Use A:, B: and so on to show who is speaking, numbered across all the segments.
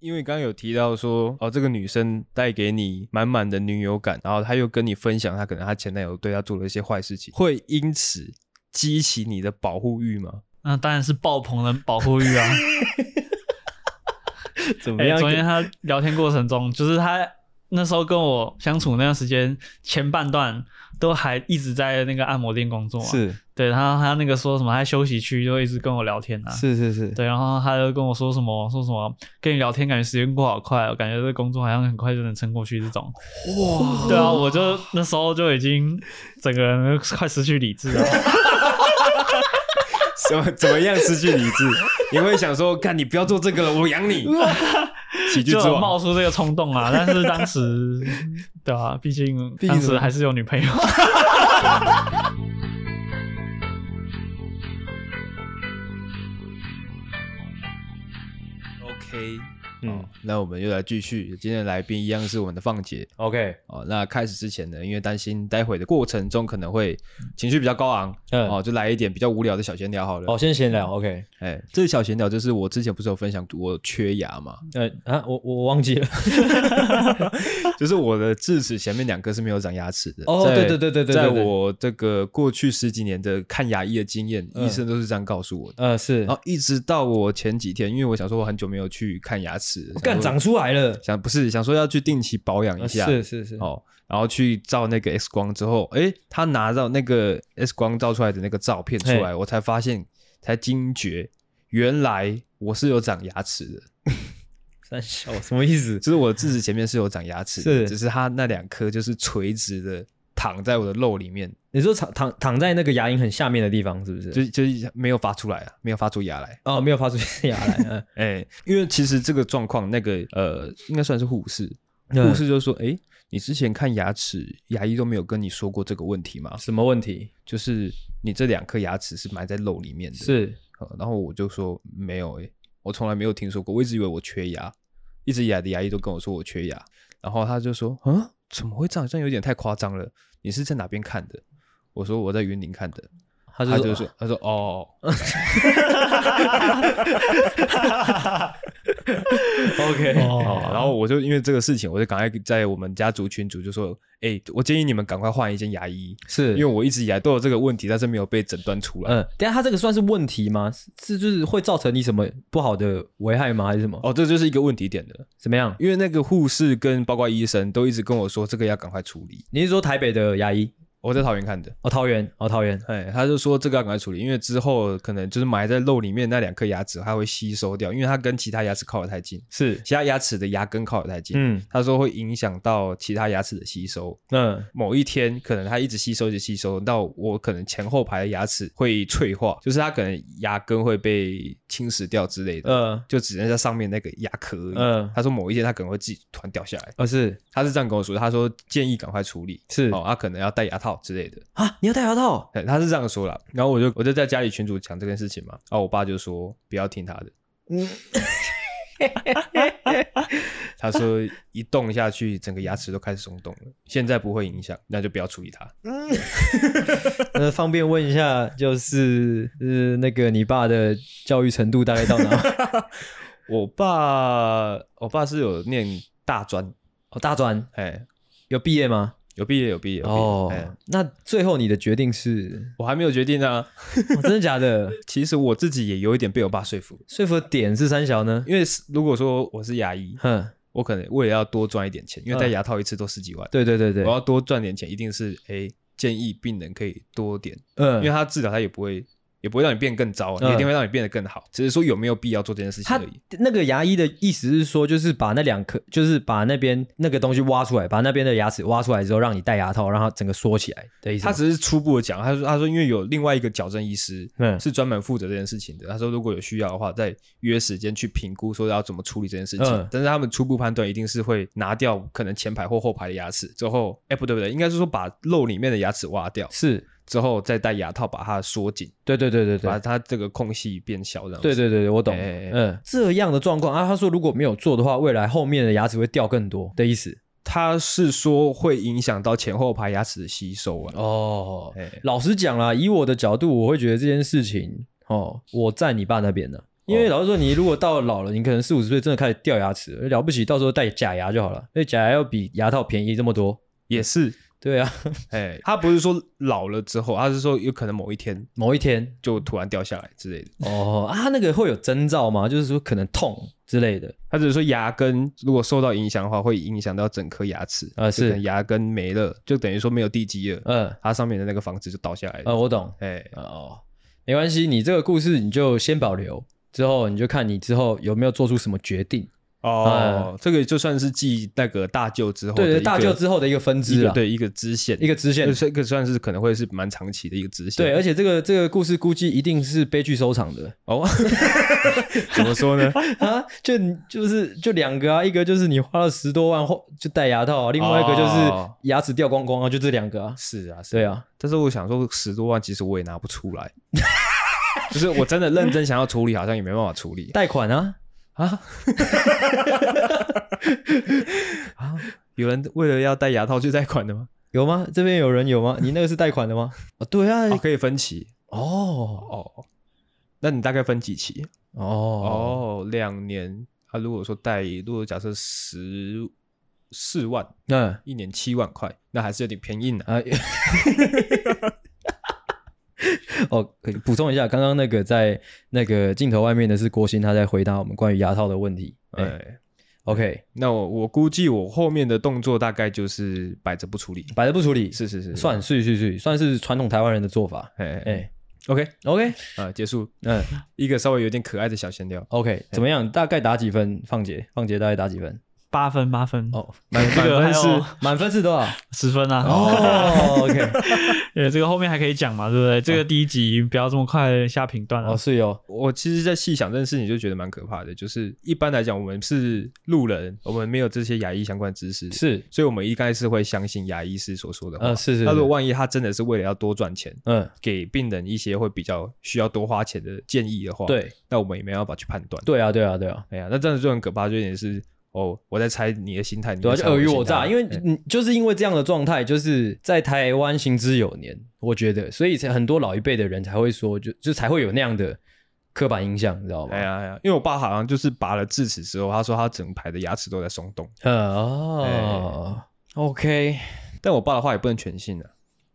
A: 因为刚刚有提到说，哦，这个女生带给你满满的女友感，然后她又跟你分享她可能她前男友对她做了一些坏事情，会因此激起你的保护欲吗？
B: 那当然是爆棚的保 护欲啊！
A: 怎么
B: 哎、
A: 样？
B: 昨天他聊天过程中，就是他那时候跟我相处那段时间，前半段都还一直在那个按摩店工作、啊，
A: 是
B: 对，然后他那个说什么，他休息区就一直跟我聊天啊，
A: 是是是，
B: 对，然后他就跟我说什么说什么，跟你聊天感觉时间过好快哦，感觉这个工作好像很快就能撑过去这种。哇，对啊，我就那时候就已经整个人都快失去理智 了。
A: 什么怎么样失去理智？你会想说，看你不要做这个了，我养 你。喜剧
B: 就
A: 之
B: 有
A: 王
B: 冒出这个冲动啊，但是当时，对啊，毕竟
A: 毕竟
B: 当
A: 什
B: 时
A: 么
B: 还是有女朋友。
A: ，OK，嗯，那我们又来继续，今天的来宾一样是我们的放姐
C: OK，
A: 哦。那开始之前呢，因为担心待会的过程中可能会情绪比较高昂，
C: 嗯
A: 哦，就来一点比较无聊的小闲聊好了。
C: 哦，先闲聊。OK，
A: 哎，这个小闲聊就是我之前不是有分享我缺牙嘛，
C: 呃啊，我我忘记了。
A: 就是我的智齿前面两颗是没有长牙齿的。
C: 哦
A: 在
C: 对对对对对对
A: 在
C: 对
A: 我这个过去十几年的看牙医的经验，
C: 嗯
A: 医生都是这样告诉我的。
C: 呃，是
A: 然后一直到我前几天，因为我想说我很久没有去看牙齿了，
C: 哦干
A: 想
C: 长
A: 说
C: 出来了，
A: 想不是想说要去定期保养一
C: 呃
A: 下，
C: 是是是。
A: 哦，然后去照那个 X 光之后，诶，他拿到那个 X 光照出来的那个照片出来，
C: 嘿
A: 我才发现，才惊觉，原来我是有长牙齿的，
C: 三小什么意思？
A: 就是我的智齿前面是有长牙齿的，
C: 是
A: 只是它那两颗就是垂直的躺在我的肉里面，
C: 你说躺躺躺在那个牙龈很下面的地方，是不是？
A: 就就是没有发出来啊，没有发出牙来。
C: 哦，没有发出牙来。 嗯
A: 哎、因为其实这个状况，那个呃，应该算是护士，
C: 嗯
A: 护士就说，哎、你之前看牙齿，牙医都没有跟你说过这个问题吗？
C: 嗯什么问题？
A: 就是你这两颗牙齿是埋在肉里面的。
C: 是
A: 呃然后我就说没有诶、我从来没有听说过，我一直以为我缺牙，一直以来的牙医都跟我说我缺牙，然后他就说，嗯，怎么会这样？这样有点太夸张了。你是在哪边看的？我说我在云林看的。
C: 他
A: 他
C: 就
A: 就说，他说哦，
C: OK，
A: 哦，
B: 哦，
A: 然后我就因为这个事情，我就赶快在我们家族群组就说，哎、我建议你们赶快换一间牙医，
C: 是
A: 因为我一直以来都有这个问题，但是没有被诊断出来。
C: 嗯，等一下他这个算是问题吗？是是就是会造成你什么不好的危害吗？还是什么？
A: 哦，这就是一个问题点的，
C: 怎么样？
A: 因为那个护士跟包括医生都一直跟我说，这个要赶快处理。
C: 你是说台北的牙医？
A: 我在桃园看的，
C: 哦，桃园，哦，桃园，
A: 哎，他就说这个要赶快处理，因为之后可能就是埋在肉里面那两颗牙齿，它会吸收掉，因为它跟其他牙齿靠得太近，
C: 是，
A: 其他牙齿的牙根靠得太近。
C: 嗯
A: 他说会影响到其他牙齿的吸收，
C: 嗯，
A: 某一天可能它一直吸收，一直吸收到我可能前后排的牙齿会脆化，就是它可能牙根会被侵蚀掉之类的，
C: 呃，
A: 就只剩下上面那个牙壳而已。
C: 嗯
A: 他说某一天它可能会自己突然掉下来，
C: 哦，是
A: 他是这样跟我说的，他说建议赶快处理，
C: 是
A: 哦，他可能要戴牙套之类的。
C: 啊，你要戴牙套，
A: 哎，他是这样说啦，然后我就我就在家里群主讲这件事情嘛，然后我爸就说不要听他的，他说一动下去，整个牙齿都开始松动了，现在不会影响，那就不要处理它。
C: 呃，方便问一下，就是呃，那个你爸的教育程度大概 到哪？
A: 我爸，我爸是有念大专，
C: 哦，大专
A: 哎，
C: 有毕业吗？
A: 有毕业有毕业有毕业，
C: 哦
A: 哎，
C: 那最后你的决定是，
A: 我还没有决定呢、啊。
C: 哦真的假的？
A: 其实我自己也有一点被我爸说服，
C: 说服的点是三小呢？
A: 因为是如果说我是牙医，
C: 哼，
A: 我可能为了要多赚一点钱，因为戴
C: 嗯
A: 牙套一次都十几万，
C: 对对对对
A: 我，要多赚点钱，一定是哎建议病人可以多点，因为
C: 嗯，
A: 他治疗他也不会也不会让你变更糟，
C: 嗯
A: 你一定会让你变得更好，只是说有没有必要做这件事情
C: 他
A: 而已。
C: 那个牙医的意思是说，就是把那两颗，就是把那边那个东西挖出来，把那边的牙齿挖出来之后，让你戴牙套，让它整个缩起来的意思
A: 他
C: 吗。
A: 只是初步的讲，他说他说因为有另外一个矫正医师，
C: 嗯
A: 是专门负责这件事情的。他说如果有需要的话，再约时间去评估说要怎么处理这件事情。
C: 嗯
A: 但是他们初步判断一定是会拿掉可能前排或后排的牙齿，之后哎不对不对，应该是说把肉里面的牙齿挖掉，
C: 是，
A: 之后再戴牙套把它缩紧，
C: 对对对对对
A: 把，它这个空隙变小这样子。
C: 对对对对，我懂。
A: 哎哎哎
C: 嗯，这样的状况啊，他说如果没有做的话，未来后面的牙齿会掉更多的意思。
A: 他是说会影响到前后排牙齿的吸收啊。
C: 哦
A: 哎
C: 老实讲啦，以我的角度，我会觉得这件事情，哦，我站你爸那边的。因为老实说，你如果到老了，你可能四五十岁真的开始掉牙齿了，了不起到时候戴假牙就好了，因哎为假牙要比牙套便宜这么多。
A: 也是，
C: 对啊，
A: 哎，他不是说老了之后，他是说有可能某一天
C: 某一天
A: 就突然掉下来之类的。
C: 哦啊，那个会有征兆吗？就是说可能痛之类的。
A: 他只是说牙根如果受到影响的话，会影响到整颗牙齿
C: 啊
A: 就是可能牙根没了，就等于说没有地基了，
C: 嗯
A: 它上面的那个房子就倒下来
C: 呃，
A: 了。
C: 我懂。
A: 哎，
C: 哦，没关系，你这个故事你就先保留，之后你就看你之后有没有做出什么决定。
A: 哦，这个就算是继那个大舅之后的
C: 对
A: 一个，
C: 对，大舅之后的一个分
A: 一
C: 支
A: 个
C: 了，
A: 对一个支线，
C: 一个支线
A: 就。这个算是可能会是蛮长期的一个支线。
C: 对，而且这个这个故事估计一定是悲剧收场的
A: 哦， 怎么说呢？
C: 啊！就就是就两个啊，一个就是你花了十多万后就戴牙套啊、另外一个就是
A: 哦
C: 牙齿掉光光啊，就这两个啊。
A: 是啊，是
C: 对啊，
A: 但是我想说，十多万其实我也拿不出来，就是我真的认真想要处理，好像也没办法处理
C: 贷款啊，
A: 啊啊！有人为了要戴牙套去贷款的吗？
C: 有吗？这边有人有吗？你那个是贷款的吗？哦，对啊，
A: 哦可以分期
C: 哦
A: 哦。那你大概分几期？
C: 哦
A: 哦，两年。他、如果说贷，如果假设十四万，
C: 那
A: 一年七万块，那还是有点偏硬啊。
C: 啊，哦，可以补充一下，刚刚那个在那个镜头外面的是郭鑫，他在回答我们关于牙套的问题。哎、
A: 哎，
C: o k
A: 那我我估计我后面的动作大概就是摆着不处理。
C: 摆着不处理，
A: 是是是，
C: 算是是是算是传统台湾人的做法。
A: 哎哎
C: 哎、
A: ，OK，
C: o k
A: 啊、结束
C: 嗯
A: 一个稍微有点可爱的小闲聊，
B: 哎
C: ，OK，怎么样？大概打几分？放姐，放姐大概打几分？
B: 八分八分，
C: 哦，
A: 满
B: 这个还
A: 满分
B: 有
A: 是
C: 满分是多少？
B: 十分啊。
C: 哦，OK，
B: 对，这个后面还可以讲嘛，对不对？这个第一集不要这么快下评断啊了
C: 哦，。是哦，
A: 我其实，在细想这件事情，就觉得蛮可怕的。就是一般来讲，我们是路人，我们没有这些牙医相关知识，
C: 是，
A: 所以我们应该是会相信牙医师所说的话。
C: 呃，是是，
A: 那
C: 是
A: 如果万一他真的是为了要多赚钱，
C: 嗯，
A: 给病人一些会比较需要多花钱的建议的话，，
C: 对，
A: 那我们也没办法去判断。
C: 对啊，对啊，对啊，
A: 哎呀，那这样子就很可怕，就有点是哦，我在猜你的心态，你
C: 对啊，
A: 在
C: 就
A: 猜
C: 尔虞
A: 的心
C: 我
A: 态
C: 诈，因为
A: 哎
C: 你就是因为这样的状态，就是在台湾行之有年，我觉得，所以才很多老一辈的人才会说，就就才会有那样的刻板印象，你知道吗？
A: 哎呀哎呀，因为我爸好像就是拔了智齿之后，他说他整排的牙齿都在松动，
C: 呃，
A: 哎
C: 哦，OK，
A: 但我爸的话也不能全信啊，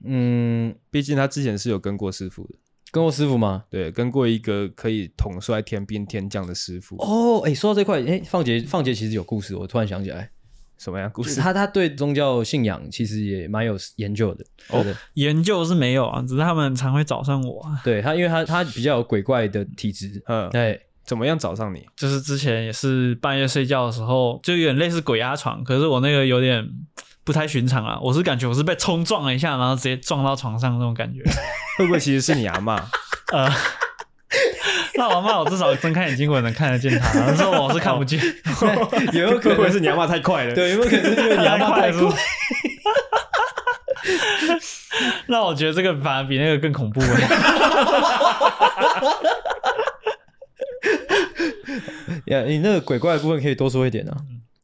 C: 嗯，
A: 毕竟他之前是有跟过师傅的，
C: 跟我师傅吗？
A: 对，跟过一个可以统帅天兵天将的师傅。
C: 哦，哎，说到这块，哎，放杰，放杰其实有故事，我突然想起来，
A: 什么样故
C: 就是
A: 事？
C: 他他对宗教信仰其实也蛮有研究的，对的，
B: 研究是没有啊，只是他们常会找上我啊，
C: 对他，因为他他比较有鬼怪的体质，
A: 嗯，
C: 哎，
A: 怎么样找上你？
B: 就是之前也是半夜睡觉的时候，就有点类似鬼压床，可是我那个有点不太寻常啊，我是感觉我是被冲撞了一下，然后直接撞到床上那种感觉。
A: 会不会其实是你阿嬷？
B: 呃，那我骂我至少睁开眼睛我能看得见他，那时候我是看不见，
C: 也有可
A: 会不会
C: 能
A: 是你阿嬷太快了？
C: 对，有没有可能 是因为你阿妈
B: 太
C: 太
B: 快
C: 酷
B: 了？那我觉得这个反而比那个更恐怖、欸。
C: 呀，你那个鬼怪的部分可以多说一点啊。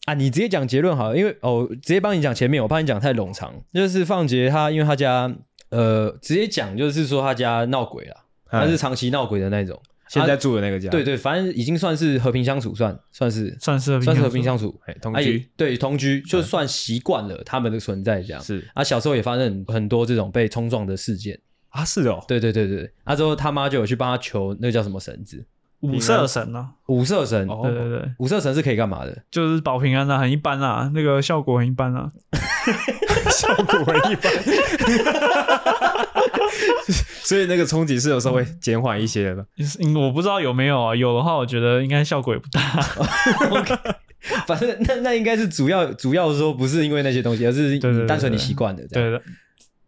C: 啊，你直接讲结论好了，因为哦，直接帮你讲前面，我怕你讲太冗长。就是放杰他，因为他家呃，直接讲就是说他家闹鬼啦，
A: 嗯
C: 他是长期闹鬼的那种。
A: 现
C: 啊
A: 在住的那个家，
C: 哎对，对，反正已经算是和平相处，算算是
B: 算是
C: 算是和平相处，
A: 哎，同
C: 啊也
A: 居
C: 对同居，就算习惯了他们的存在这样。
A: 是
C: 啊，小时候也发生很很多这种被冲撞的事件。
A: 啊，是 哦，
C: 对对对对，啊之后他妈就有去帮他求那个叫什么绳子，
B: 五色神呢、
C: 五色绳。
A: 哦
B: 啊，对对对，
C: 五色绳是可以干嘛的？
B: 就是保平安啊，很一般啊，那个效果很一般啊。
A: 效果为一般。 所以那个冲击是有稍微减缓一些的吧。
B: 嗯，我不知道有没有啊，有的话我觉得应该效果也不大。
C: 反正那那应该是主要主要说不是因为那些东西，而是
B: 对
C: 你
B: 对
C: 单纯你习惯的这样。
B: 对的，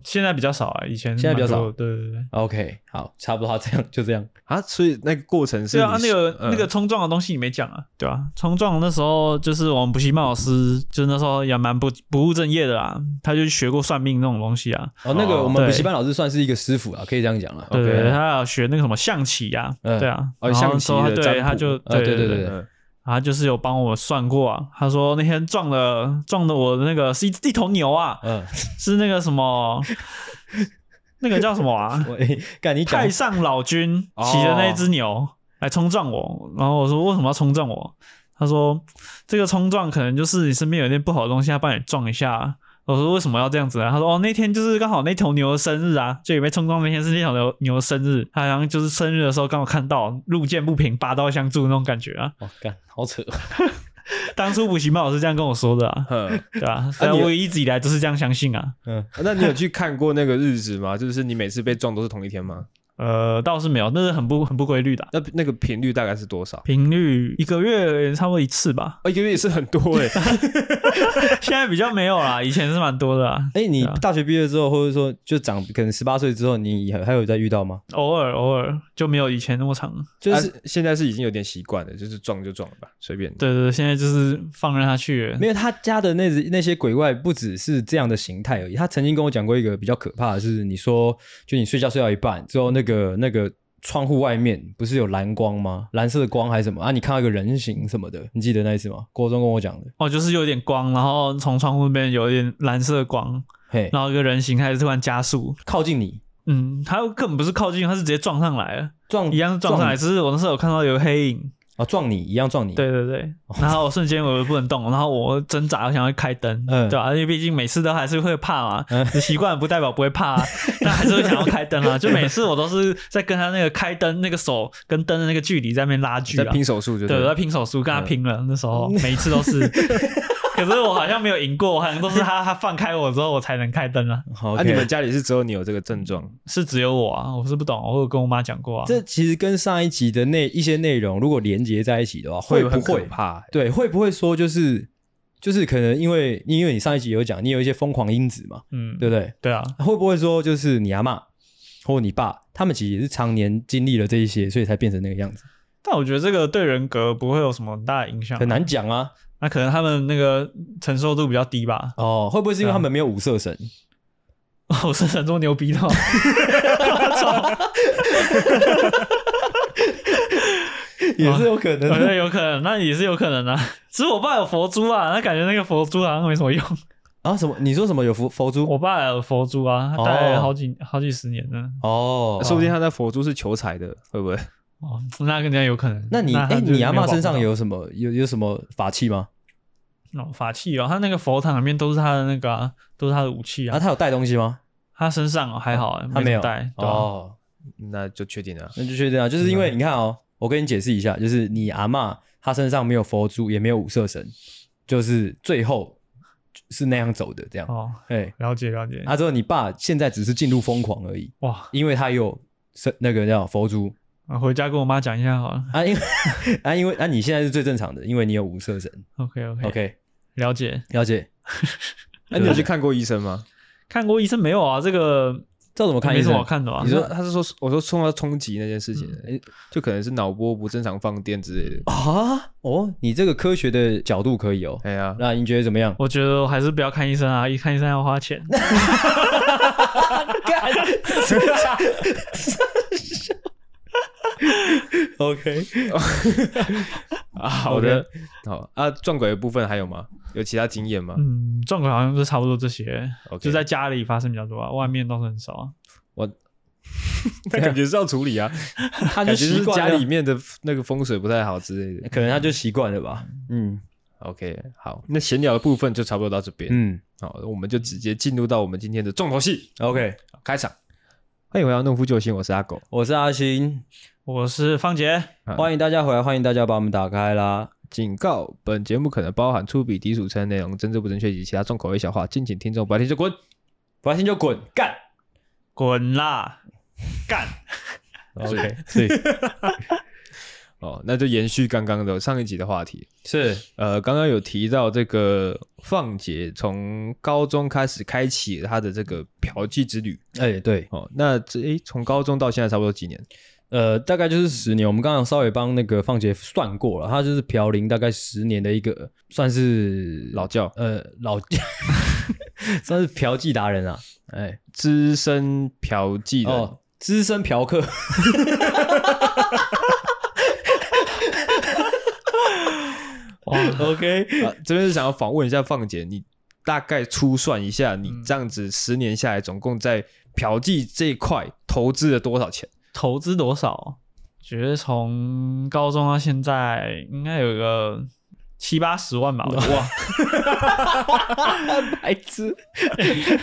B: 现在比较少啊，以前
C: 现在比较少
B: 蛮多的对对对。
C: OK，好，差不多这样就 这样。
A: 啊，所以那个过程是
B: 对啊，
A: 你
B: 那个、
A: 嗯
B: 那个冲撞的东西你没讲啊，对啊，冲撞那时候就是我们补习班老师，就是那时候也蛮不不务正业的啊，他就学过算命那种东西啊，
C: 哦，那个
A: 哦
C: 我们补
B: 对
C: 习班老师算是一个师傅啊，可以这样讲了。
B: 对对
A: OK
B: 对，他要学那个什么象棋呀、
C: 嗯
B: 对啊，
A: 哦
B: 然后
A: 象棋的
B: 说他
A: 占
B: 对，
A: 卜
B: 他就
C: 啊对
B: 对
C: 对对
B: 对，
A: 嗯
B: 他就是有帮我算过啊，他说那天撞了撞的我的那个是一一头牛啊，
C: 嗯，
B: 是那个什么，那个叫什么啊？
C: 嗯 我哎干你讲
B: 太上老君
A: 哦
B: 骑的那只牛，哎、来冲撞我，然后我说为什么要冲撞我？他说这个冲撞可能就是你身边有一件不好的东西，他帮你撞一下。我说为什么要这样子呢？他说哦那天就是刚好那头牛的生日啊，就也被冲撞那天是那头牛牛的生日，他好像就是生日的时候刚好看到，路见不平拔刀相助那种感觉啊。
C: 哦，干，好扯。
B: 当初补习班老师这样跟我说的啊，
A: 哼，
B: 对吧、啊？但我一直以来都是这样相信啊。
C: 嗯，
A: 那你有去看过那个日子吗？就是你每次被撞都是同一天吗？
B: 呃，倒是没有，那是很不很不规律的啊、
A: 那那个频率大概是多少？，
B: 频率一个月差不多一次吧
A: 啊，一个月也是很多哎、
B: 现在比较没有啦，以前是蛮多的 啊，
C: 哎、你
B: 对啊
C: 大学毕业之后，或者说就长可能十八岁之后，你还还有再遇到吗？
B: 偶尔偶尔就没有以前那么长。
C: 就是、
A: 啊现在是已经有点习惯了，就是撞就撞了吧，随便。
B: 对对对，现在就是放任他去了
C: 没。有他家的那那些鬼怪，不只是这样的形态而已。他曾经跟我讲过一个比较可怕的是，你说就你睡觉睡到一半之后，那个那个窗户外面不是有蓝光吗？蓝色的光还是什么啊？你看到一个人形什么的，你记得那一次吗？国中跟我讲的，
B: 哦，就是有点光，然后从窗户那边有一点蓝色的光，
C: 嘿，
B: 然后一个人形开始突然加速。
C: 靠近你
B: 嗯，他根本不是靠近，他是直接撞上来了，
C: 撞
B: 一样是撞上来。
C: 你
B: 只是我那时候有看到有黑影，
C: 啊，撞你一样撞你，
B: 对对对，然后我瞬间我就不能动，然后我挣扎，我想要开灯，
C: 嗯
B: 对吧、因为毕竟每次都还是会怕嘛，
C: 嗯
B: 你习惯不代表不会怕、啊，但还是会想要开灯啊。就每次我都是在跟他那个开灯那个手跟灯的那个距离在那边拉锯
A: 在
B: 啊，
A: 拼手速就
B: 对，我
A: 了
B: 在拼手速跟他拼了，那时候每一次都是。可是我好像没有赢过，我好像都是他他放开我之后我才能开灯啊，
C: 好
A: 啊，
C: ，OK
A: 你们家里是只有你有这个症状？
B: 是只有我啊，我是不懂，我有跟我妈讲过啊。
C: 这其实跟上一集的那一些内容，如果连接在一起的话，会不
A: 很可
C: 会
A: 怕、
C: 对，会不会说就是就是可能因为因为你上一集有讲，你有一些疯狂因子嘛，
B: 嗯，
C: 对不对？
B: 对啊，
C: 会不会说就是你阿妈或你爸，他们其实也是常年经历了这一些，所以才变成那个样子？
B: 但我觉得这个对人格不会有什么很大的影响啊，
C: 很难讲啊。
B: 那可能他们那个承受度比较低吧。
C: 哦，会不会
B: 啊
C: 是因为他们没有五色神？
B: 我是神州牛逼 的哦，
C: 也是有可
B: 我觉
C: 能。
B: 得有可能，那也是有可能啊。只是我爸有佛珠啊，那感觉那个佛珠好像没什么用。
C: 啊，什么？你说什么有佛佛珠？哦
B: 我爸有佛珠啊，他戴了好几、好几十年呢。
C: 哦，
A: 说不定他那佛珠是求财的，会不会？
B: 哦，那更加有可能。
C: 那你
B: 他
C: 哎，
B: 就是
C: 你阿
B: 没
C: 妈
B: 保护
C: 身上
B: 到
C: 有什么有有什么法器吗？
B: 哦法器哦，他那个佛堂里面都是他的那个、啊，都是他的武器
C: 啊，
B: 啊。
C: 她有带东西吗？
B: 他身上哦还好啊，
C: 她没有
B: 什么带。对啊嗯
C: 哦，
A: 那就确定了。
C: 那就确定啊，就是因为你看哦，我跟你解释一下，就是你阿嬷她身上没有佛珠，也没有五色神，就是最后是那样走的这样。
B: 哦，
C: 哎、
B: 了解了解。
C: 啊之后你爸现在只是进入疯狂而已，
B: 哇，
C: 因为他有神那个叫佛珠
B: 啊回家跟我妈讲一下好了。
C: 啊，因为 啊因为啊你现在是最正常的，因为你有五色神。
B: OK OK，,
C: OK，
B: 了解。
C: 了解。
A: 那、哎你有去看过医生吗？
B: 看过医生没有啊？这个
C: 这怎么看
B: 没
C: 医
B: 什
C: 生
B: 么好？看的吧？
A: 你说他是说，我说受到冲击那件事情，诶就可能是脑波不正常放电之类的。
C: 啊？哦，你这个科学的角度可以哦。
A: 哎 呀，
C: 那你觉得怎么样？
B: 我觉得我还是不要看医生啊，一 看医生要花 钱。
C: 干，OK，
A: 啊，好的，好啊。撞鬼的部分还有吗？有其他经验吗？哦
B: 嗯，撞鬼好像就差不多这些
A: OK
B: 就在家里发生比较多啊，外面倒是很少啊。
A: 那 感觉是要处理啊，
C: 他
A: 感觉
C: 就是习惯
A: 家
C: 了
A: 里面的那个风水不太好之类的。
C: 可能他就习惯了吧。嗯
A: OK，好，那闲聊的部分就差不多到这边。
C: 嗯
A: 好，我们就直接进入到我们今天的重头戏，
C: ，OK，
A: 开场。欢迎回到《弄夫救星》，我是阿狗。
C: 我是阿星，
B: 我是方杰，
A: 啊
C: 欢迎大家回来，欢迎大家把我们打开啦。
A: 警告：本节目可能包含粗鄙、低俗、成人内容、政治不正确以及其他重口味笑话，敬请听众不要听就滚。
C: 不要听就滚，干。
B: 滚啦，干！
C: OK，是
A: 哦，那就延续刚刚的上一集的话题。
C: 是，
A: 呃，刚刚有提到这个放姐从高中开始开启了她的这个嫖妓之旅。
C: 哎，对，
A: 哦，那这诶从高中到现在差不多几年？
C: 呃，大概就是十年，我们刚刚稍微帮那个放杰算过了，他就是朴林大概十年的一个算是
A: 老教
C: 呃老， 算是嫖妓达人啊，哎，
A: 资深嫖妓人。
C: 哦，资深嫖客，
B: 哇，
C: OK，
A: 啊，这边是想要访问一下放姐，你大概粗算一下，你
C: 嗯
A: 这样子十年下来，总共在嫖妓这一块投资了多少钱？
B: 投资多少？觉得从高中到现在应该有个七八十万吧，我 觉得
C: 白痴！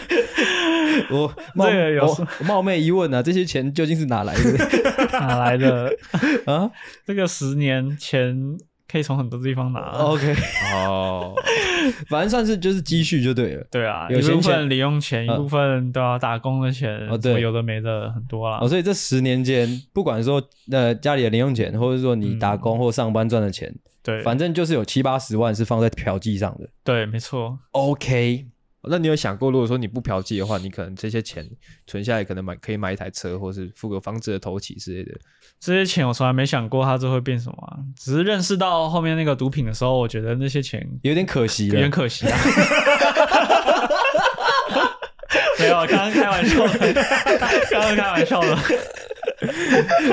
C: 我冒
B: 这个有
C: 我我冒昧一问啊，这些钱究竟是哪来的
B: 哪来的？
C: 啊
B: 这个十年前可以从很多地方拿。
C: 哦？OK，
A: 哦，
C: 反正算是就是积蓄就对了。
B: 对啊，
C: 有
B: 一
C: 闲
B: 部
C: 钱
B: 分零用钱，一
C: 呃
B: 部分对啊，打工的钱，什
C: 哦
B: 么
C: 对
B: 有的没的很多啦
C: 哦，。所以这十年间，不管说呃家里的零用钱，或者说你打工或上班赚的钱，
B: 对，
C: 反正就是有七八十万是放在嫖妓上的。
B: 对，没错，
C: OK，
A: 那你有想过，如果说你不嫖妓的话，你可能这些钱存下来，可能买可以买一台车，或是付个房子的头期之类的。
B: 这些钱我从来没想过它这会变什么啊、只是认识到后面那个毒品的时候，我觉得那些钱
C: 有点可惜
B: 有点
C: 了。
B: 可惜啊。 没有，啊刚刚开玩笑的，刚刚开玩笑的。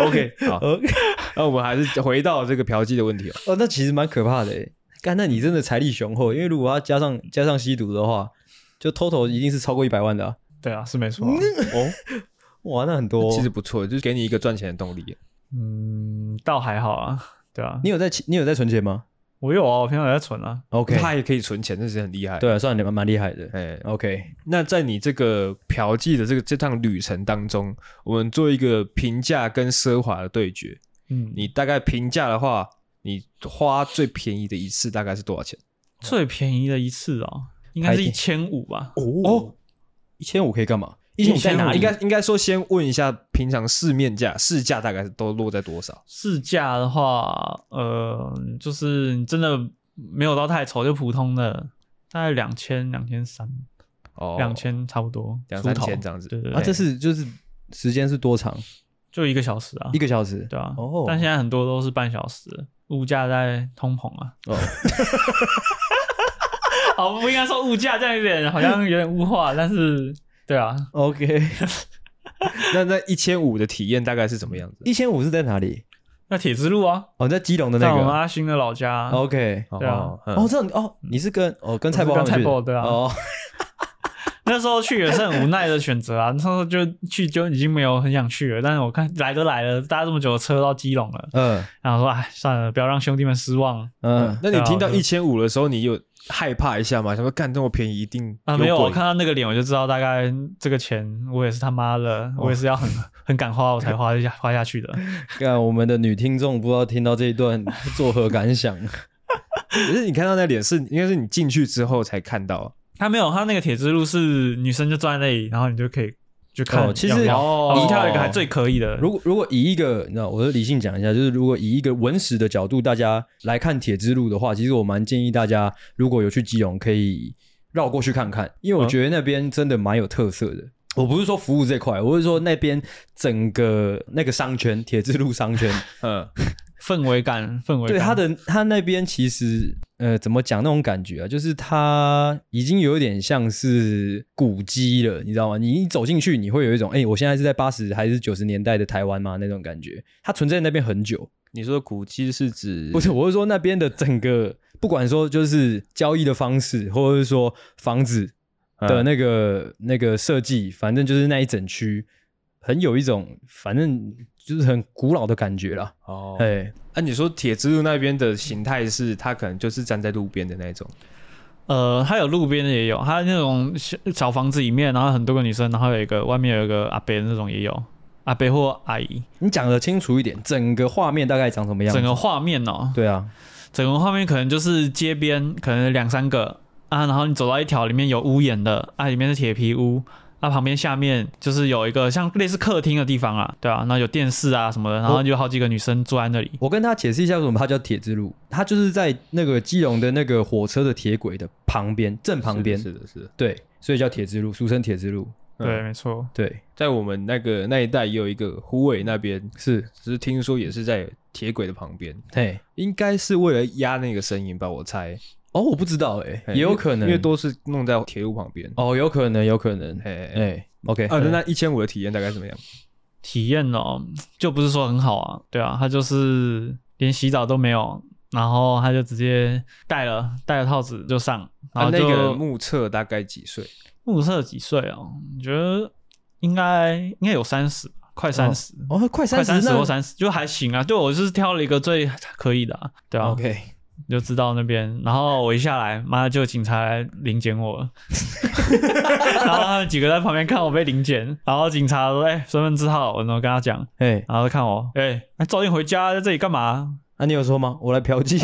A: OK，好，
C: OK，
A: 那我们还是回到这个嫖妓的问题哦。
C: 哦 哦，那其实蛮可怕的诶。干，那你真的财力雄厚，因为如果要加上加上吸毒的话，就 total 一定是超过一百万的、啊。
B: 对啊，是没错啊、
C: 哦， 哇，那很多、哦。
A: 其实不错，就是给你一个赚钱的动力。
B: 嗯，倒还好啊。对啊，
C: 你有在起你有在存钱吗
B: 我有啊，我平常有在存啊。
C: ？OK，
A: 他也可以存钱，那是很厉害。，
C: 对啊，算你蛮蛮厉害的。
A: 哎，
C: OK，
A: 那在你这个嫖妓的这个这趟旅程当中，我们做一个平价跟奢华的对决。
B: 嗯，
A: 你大概平价的话，你花最便宜的一次大概是多少钱？
B: 最便宜的一次哦，应该是一千五吧。
C: 哦，一千五可以干嘛？一千五在哪
A: 应
C: 里？
A: 该应该说先问一下，平常市面价市价大概是都落在多少？
B: 市价的话，呃，就是你真的没有到太丑，就普通的，大概两千、两千三、
A: 哦，
B: 两千差不多，
A: 两
B: 出
A: 三
B: 头
A: 千这样子
B: 对对
C: 啊，
B: 对，
C: 这是就是时间是多长？
B: 就一个小时啊，
C: 一个小时？
B: 对啊。
C: 哦
B: 但现在很多都是半小时，物价在通膨啊。
C: 哦，
B: 哦，不应该说物价，这样有点好像有点物化，但是对啊，
C: OK，
A: 那那一千五的体验大概是怎么样子？
C: 一千五是在哪里？
B: 那铁之路啊，
C: 哦，在基隆的
B: 在
C: 那
B: 我们
C: 个。
B: 阿星的老家。
C: OK，
A: 哦
B: 对啊
A: 嗯
C: 哦，这样哦，你是跟哦跟蔡
B: 嗯我是
C: 博
B: 跟
C: 他们
B: 蔡
C: 去的
B: 伯对啊
C: 哦，
B: 那时候去也是很无奈的选择啊，那时 候就去就已经没有很想去了，但是我看来都来了，搭这么久的车到基隆了，
C: 嗯
B: 然后说哎算了，不要让兄弟们失望
C: 嗯，
A: 那你听到
B: 对啊
A: 一千五的时候，你有害怕一下吗？想说干这么便宜，一定
B: 啊。没有，我
A: 鬼
B: 看到那个脸我就知道，大概这个钱我也是他妈的，
C: 哦
B: 我也是要很 很敢花我才花下花下 去的。
C: 看我们的女听众不知道听到这 一段作何感想？
B: 嗯
A: 可是你看到那脸是应该是你进去之后才看到，
B: 他没有，他那个铁之路是女生就坐在那里，然后你就可以就看
C: 哦其实
B: 要不要
A: 哦
B: 你跳一个还最可以的，
C: 如果如果以一个，那我就理性讲一下，就是如果以一个文史的角度，大家来看铁之路的话，其实我蛮建议大家，如果有去基隆，可以绕过去看看，因为我
B: 嗯
C: 觉得那边真的蛮有特色的。我不是说服务这块，我是说那边整个那个商圈，铁之路商圈，
A: 嗯，
B: 氛围感，氛围
C: 对
B: 感
C: 他的他那边其实呃怎么讲那种感觉啊，就是他已经有点像是古迹了，你知道吗？你一走进去，你会有一种哎、诶我现在是在八十还是九十年代的台湾吗？那种感觉，它存在那边很久。
A: 你说古迹是指
C: 不是，我是说那边的整个，不管说就是交易的方式，或者是说房子
A: 嗯
C: 的那个、那个设计，反正就是那一整区，很有一种反正就是很古老的感觉啦。
A: 哦，
C: 哎、
A: 啊，你说铁之路那边的形态是它可能就是站在路边的那种，
B: 呃，它有路边的也有，它那种小小房子里面，然后很多个女生，然后有一个外面有一个阿伯那种也有，阿伯或阿姨，
C: 你讲的清楚一点，整个画面大概长什么样子？
B: 整个画面哦，
C: 对啊，
B: 整个画面可能就是街边可能两三个啊，然后你走到一条里面有屋檐的啊，里面是铁皮屋。啊，旁边下面就是有一个像类似客厅的地方啊，对啊，然后有电视啊什么的，
A: 哦
B: 然后就有好几个女生坐在那里。
C: 我跟他解释一下为什么它叫铁之路，它就是在那个基隆的那个火车的铁轨的旁边，正旁边，
A: 是的，是的，
C: 对，所以叫铁之路，俗称铁之路，
A: 嗯
B: 对，没错。
C: 对，
A: 在我们那个那一带也有一个虎尾那边，
C: 是，
A: 只是听说也是在铁轨的旁边，
C: 嘿，
A: 应该是为了压那个声音吧，我猜，
C: 哦，我不知道、欸，
A: 嘿
C: 也有可能，
A: 因为都是弄在铁路旁边。
C: 哦，有可能，有可能，
A: 嘿嘿，嘿
C: 哎，OK，
A: 啊，那那一千五的体验大概怎么样？
B: 体验哦，就不是说很好啊，对啊，他就是连洗澡都没有，然后他就直接戴了戴了套子就上，然
A: 啊，
B: 后
A: 那
B: 就、
A: 个人目测大概几岁？
B: 目测几岁哦？我觉得应该应该有三十，快三十、
C: 哦，快
B: 快
C: 三
B: 三
C: 十
B: 十或三十就还行啊。对我就是挑了一个最可以的、啊，对啊
C: OK，
B: 你就知道那边。然后我一下来，妈就警察来临检我 了，然后他们几个在旁边看我被临检，然后警察说：“哎、身份证号。”我然后跟他讲，
C: 哎，
B: 然后他看我，哎、哎早点回家，在这里干嘛？
C: 那啊你有说吗？我来嫖妓，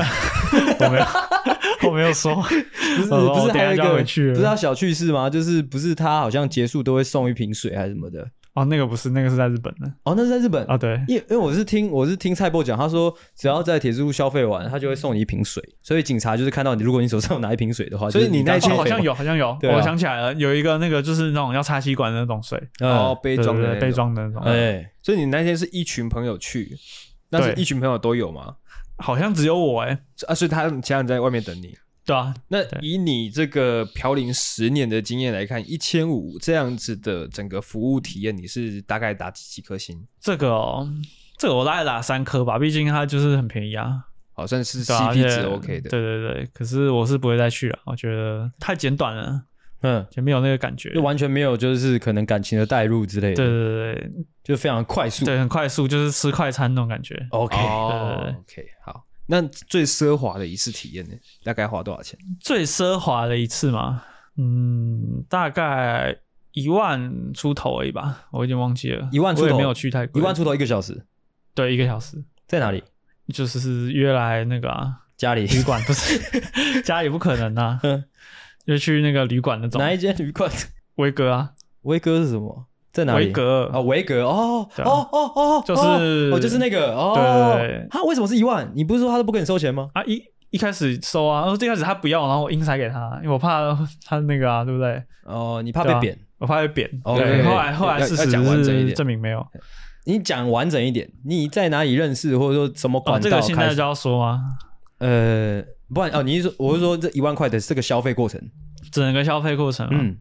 B: 我没有， 我没有说，
C: 不是
B: 我说
C: 不
B: 我
C: 是
B: 哦等一下
C: 还有一
B: 就
C: 个
B: 要回去了
C: 不是要小趣事吗？就是不是他好像结束都会送一瓶水还是什么的？
B: 哦，那个不是，那个是在日本的
C: 哦，那是在日本
B: 啊，对。
C: 因因为我是听我是听蔡波讲，他说只要在铁之路消费完，他就会送你一瓶水，所以警察就是看到你，如果你手上有拿一瓶水的话，
A: 所以
C: 就是
A: 你那
C: 刚
A: 天
B: 哦，
C: 消
B: 好
C: 费
B: 像
C: 完
B: 有，好像有，
C: 对啊
B: 我想起来了，有一个那个就是那种要插吸管的那种水，
A: 哦，
C: 嗯，
A: 杯
B: 对
A: 装
B: 对
A: 的
B: 对
A: 那
B: 杯
A: 种
B: 装的那种，
C: 哎，
A: 所以你那天是一群朋友去，那是
B: 对
A: 一群朋友都有吗？
B: 好像只有我哎、
A: 啊，所以他们其他人在外面等你。
B: 对啊，
A: 那
B: 对
A: 以你这个飘零十年的经验来看，一千五这样子的整个服务体验，你是大概打几颗星？
B: 这个哦，这个我大概打三颗吧，毕竟它就是很便宜啊，
A: 好像是
B: 对啊
A: CP
B: 而
A: 值
B: 且
A: OK 的。
B: 对对对，可是我是不会再去了，我觉得太简短了，
C: 嗯，
B: 就没有那个感觉。
C: 就完全没有就是可能感情的带入之类的，
B: 对对对
C: 就非常快速
B: 对。对，很快速，就是吃快餐那种感觉。
C: OK，
B: 对对
A: 哦
B: 对
A: ，OK，好。那最奢华的一次体验呢？大概花多少钱？
B: 最奢华的一次嘛，嗯，大概一万出头而已吧，我已经忘记了，
C: 一万出头
B: 我也没有去太贵，
C: 一万出头一个小时，
B: 对一个小时，
C: 在哪里？
B: 就是是约来那个啊。
C: 家里
B: 旅馆不 是家也不可能啊
C: 嗯，
B: 就去那个旅馆那种
C: 哪一间旅馆？
B: 维格啊，
C: 维格是什么？在哪里？
B: 维格
C: 啊，维格哦
B: 对啊
C: 哦哦哦，
B: 就是
C: 哦哦就是那个哦
B: 对对对，
C: 他为什么是一万？你不是说他都不给你收钱吗？
B: 啊一一开始收啊，然后最开始他不要，然后我硬塞给他，因为我怕 他那个啊，对不对？
C: 哦，你怕
B: 对
C: 被
B: 啊
C: 贬，
B: 我怕会扁。
C: OK，
B: 对后来
A: 要
B: 后来
A: 要
B: 事
A: 要讲完
B: 实
A: 整一
B: 是
A: 点
B: 证明没有。
C: 你讲完整一点，你在哪里认识，或者说什么
B: 哦，
C: 管
B: 这
C: 道
B: 个现
C: 开
B: 在
C: 始？
B: 就要说吗？
C: 呃，不然哦，
B: 嗯
C: 你是说我是说这一万块的这个消费过程？
B: 整个消费过程、嗯，
C: 嗯，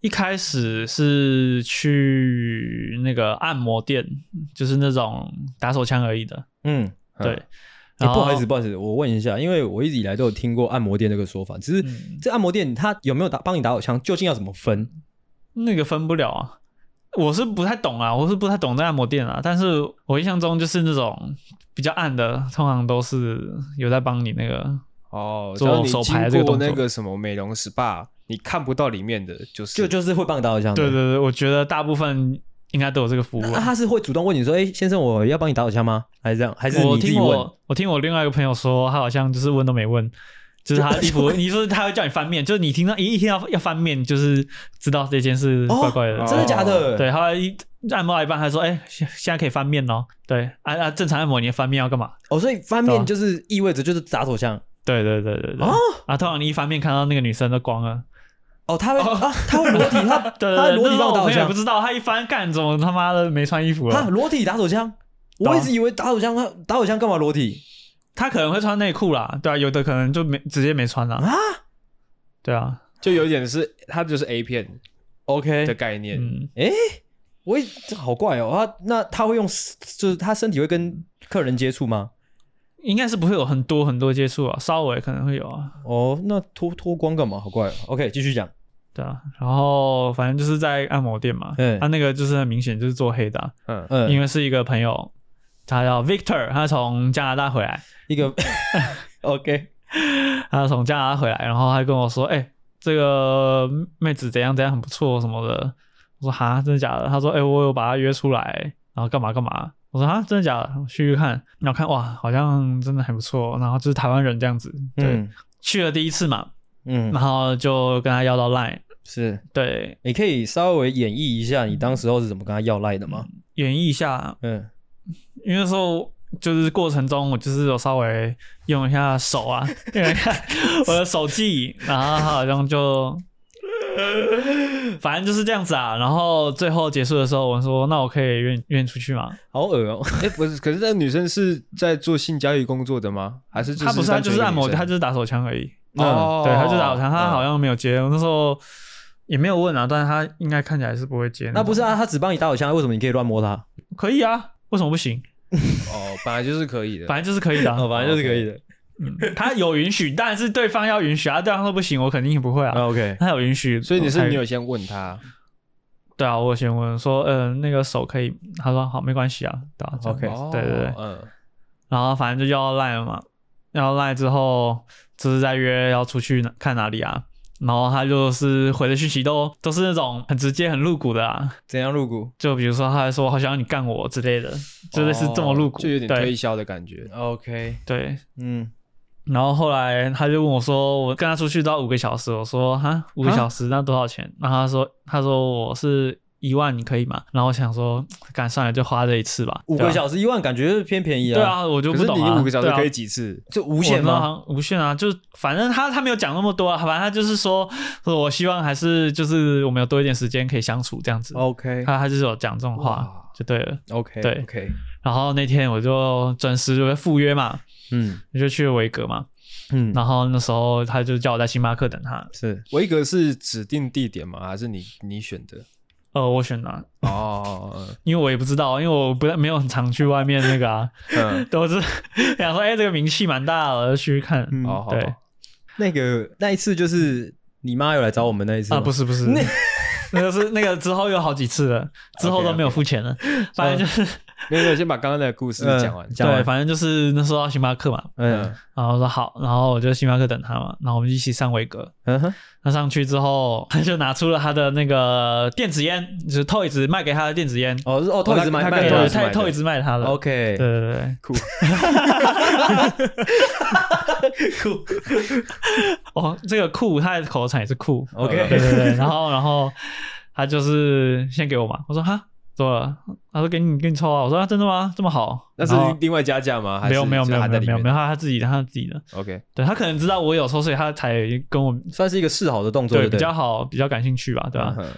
B: 一开始是去那个按摩店，就是那种打手枪而已的，
C: 嗯，
B: 对。
C: 哎、
B: 然后
C: 不好意思，，不好意思，我问一下，因为我一直以来都有听过按摩店这个说法，只是
B: 嗯
C: 这按摩店它有没有打帮你打手枪，究竟要怎么分？
B: 那个分不了啊。我是不太懂啊，我是不太懂这按摩店啊，但是我印象中就是那种比较暗的，通常都是有在帮你那个
A: 哦，只
B: 做
A: 要你
B: 手牌这
A: 经
B: 个
A: 过
B: 动
A: 那
B: 作
A: 个什么美容 SPA，你看不到里面的，就是
C: 就就是会帮你打手枪的。
B: 对对对，我觉得大部分应该都有这个服务
C: 那、
B: 啊、
C: 那他是会主动问你说，哎、先生，我要帮你打手枪吗？还是这样？还是
B: 我
C: 你自己
B: 听
C: 问？
B: 我我听我另外一个朋友说，他好像就是问都没问， 就是他衣服，你说他会叫你翻面，就是你听到一一听到要翻面，就是知道这件事怪怪的。
C: 哦，真的假的？
B: 对，他一按摩到一半，他说：“哎、现现在可以翻面哦。”对，啊啊，正常按摩你翻面要干嘛？
C: 哦，所以翻
B: 对
C: 面
B: 啊
C: 就是意味着就是打手枪。
B: 对对对对对。
C: 哦
B: 啊，通常你一翻面看到那个女生都光了。
C: 哦，他会、啊，他会裸体， 他
B: 对
C: 他
B: 对对，
C: 裸
B: 那时
C: 体
B: 候
C: 帮
B: 我
C: 打手
B: 朋友也不
C: 枪，
B: 知道，他一翻干怎么他妈的没穿衣服
C: 啊，
B: 了？
C: 裸体打手枪。
B: 对
C: 我
B: 啊
C: 一直以为打手枪，他打手枪干嘛裸体
B: 他可能会穿内裤啦，对啊，有的可能就没直接没穿啦。
C: 啊
B: 对啊，
A: 就有点是它就是 A 片的
C: ？OK，
A: 概念。
B: 嗯，
C: 我也这好怪哦，他那他会用，就是他身体会跟客人接触吗？
B: 应该是不会有很多很多接触啊，稍微可能会有啊，
C: 哦，那脱脱光干嘛？好怪、哦。OK，继续讲。
B: 对啊。然后反正就是在按摩店嘛，
C: 嗯
B: 他、那个就是很明显就是做黑的啊、
A: 嗯，
C: 嗯，
B: 因
C: 为
B: 为是一个朋友，他叫 Victor，他从加拿大回来，
C: 一个 OK，
B: 他从加拿大回来，然后他跟我说：“哎、这个妹子怎样怎样很不错什么的。”我说：“哈，真的假的？”他说：“哎、我有把她约出来，然后干嘛干嘛。”我说：“哈，真的假的？我去去看。”然后看哇，好像真的还不错。然后就是台湾人这样子，对，
C: 嗯
B: 去了第一次嘛，
C: 嗯
B: 然，后就跟他要到 Line，
C: 是，
B: 对，
C: 你可以稍微演绎一下你当时候是怎么跟他要赖的吗？
B: 演绎一下，
C: 嗯，
B: 因为那时候就是过程中我就是有稍微用一下手 啊，用一下我的手技，然后他好像就。反正就是这样子啊，然后最后结束的时候，我说：“那我可以约你约你出去吗
C: 好恶哦、
A: 哎、不是，可是那个女生是在做性交易工作的吗？还是？”就
B: 他不是，他
A: 单
B: 就
A: 纯
B: 是
A: 一个
B: 按摩，
A: 女生
B: 他就是打手枪而已。
A: 哦，
B: 对，他就是打手枪，他好
A: 像
B: 像没有接。我那时候也没有问啊，但是他应该看起来是不会接。
C: 那不是啊，他只帮你打手枪，为什么你可以乱摸他？
B: 可以啊？为什么不行？
A: 哦，本来就是可以的。
B: 反正就是可以的啊。
C: 哦反正就是可以的。
B: 嗯他有允许，但是对方要允许啊，对方说不行，我肯定不会啊。
C: OK，
B: 他有允许，
A: 所以你
B: 我
A: 是
B: 才
A: 你有先问她，
B: 对啊，我先问说，嗯，那个手可以？他说好，没关系啊，对啊这样
C: OK
A: 哦
B: 对对对，
A: 嗯，
B: 然后反正就要赖了嘛，要赖之后就是在约要出去哪看哪里啊，然后他就是回的讯息都都是那种很直接、很露骨的啊，
C: 怎样入股
B: 就比如说他还说好想要你干我之类的，就类似这么露骨，
A: 哦就有点推
B: 对
A: 销的感觉。
C: ？OK，
B: 对。
C: 嗯，
B: 然后后来他就问我说，我跟他出去到五个小时，我说哈五个
A: 哈
B: 小时那多少钱？然后他说他说我是一万，你可以吗？然后我想说，干算了，就花这一次吧，
C: 五
B: 对啊
C: 个小时一万，感觉是偏便宜啊。
B: 对，啊，我就
A: 可
B: 不
A: 是
B: 懂
A: 你
B: 啊。
A: 五个小时
B: 对啊
A: 可以几次？
C: 就无限
B: 我那
C: 吗？
B: 行无限啊，就是反正他他没有讲那么多啊，反正他就是说，说我希望还是就是我们有多一点时间可以相处这样子。
C: OK
B: 他他就是有讲这种话
A: 哇
B: 就对了。
C: OK
B: 对
C: OK，
B: 然后那天我就准时就赴约嘛，
C: 嗯
B: 我就去了维格嘛。
C: 嗯，
B: 然后那时候他就叫我在星巴克等他，
C: 是
A: 维格是指定地点吗？还是你你选 的？
B: 呃，我选了，
A: 哦，
B: 因为我也不知道，因为我不没有很常去外面那个啊，
A: 嗯，
B: 都是 想说哎、这个名气蛮大的，我就去看。
C: 嗯
A: 嗯好好
B: 对
A: 好
C: 那个那一次就是你妈有来找我们那一次
B: 啊，不
C: 是
B: 是不是，那个是那个之后有好几次了，之后都没有付钱了。反正就是
A: 没有没有，先把刚刚那个故事
C: 嗯
A: 讲完。
C: 讲完
B: 对，反正就是那时候到星巴克嘛，
C: 嗯
B: 然后我说好，然后我就星巴克等他嘛，然后我们一起上维格。
C: 嗯哼
B: 他上去之后，他就拿出了他的那个电子烟，就是 Toys 卖给他的电子烟，
C: 哦是哦，
A: 他
C: 透一直买
A: 他
C: 卖哦
A: 跟对
B: 对
A: Toys
B: 他
A: 买的
B: Toys 卖他的。
C: OK
B: 对对对，
A: 酷，
C: 酷
B: 哦，这个酷，他的口头禅也是酷。对
C: OK
B: 对对，然后然 后他就是先给我嘛，我说哈。怎么了？他说给你给你抽啊！我说、啊、真的吗？这么好？
A: 那是
B: 然后
A: 另外加价吗？还
B: 没
A: 是
B: 有没有
A: 就
B: 没有
A: 还
B: 没
A: 在
B: 有
A: 里
B: 没有
A: 面
B: 没有他他自己的他自己的，
A: OK，
B: 对他可能知道我有抽，所以他才跟我
C: 算是一个示好的动作，
B: 对
C: 对
B: 比较好比较感兴趣吧，对吧、
A: 嗯哼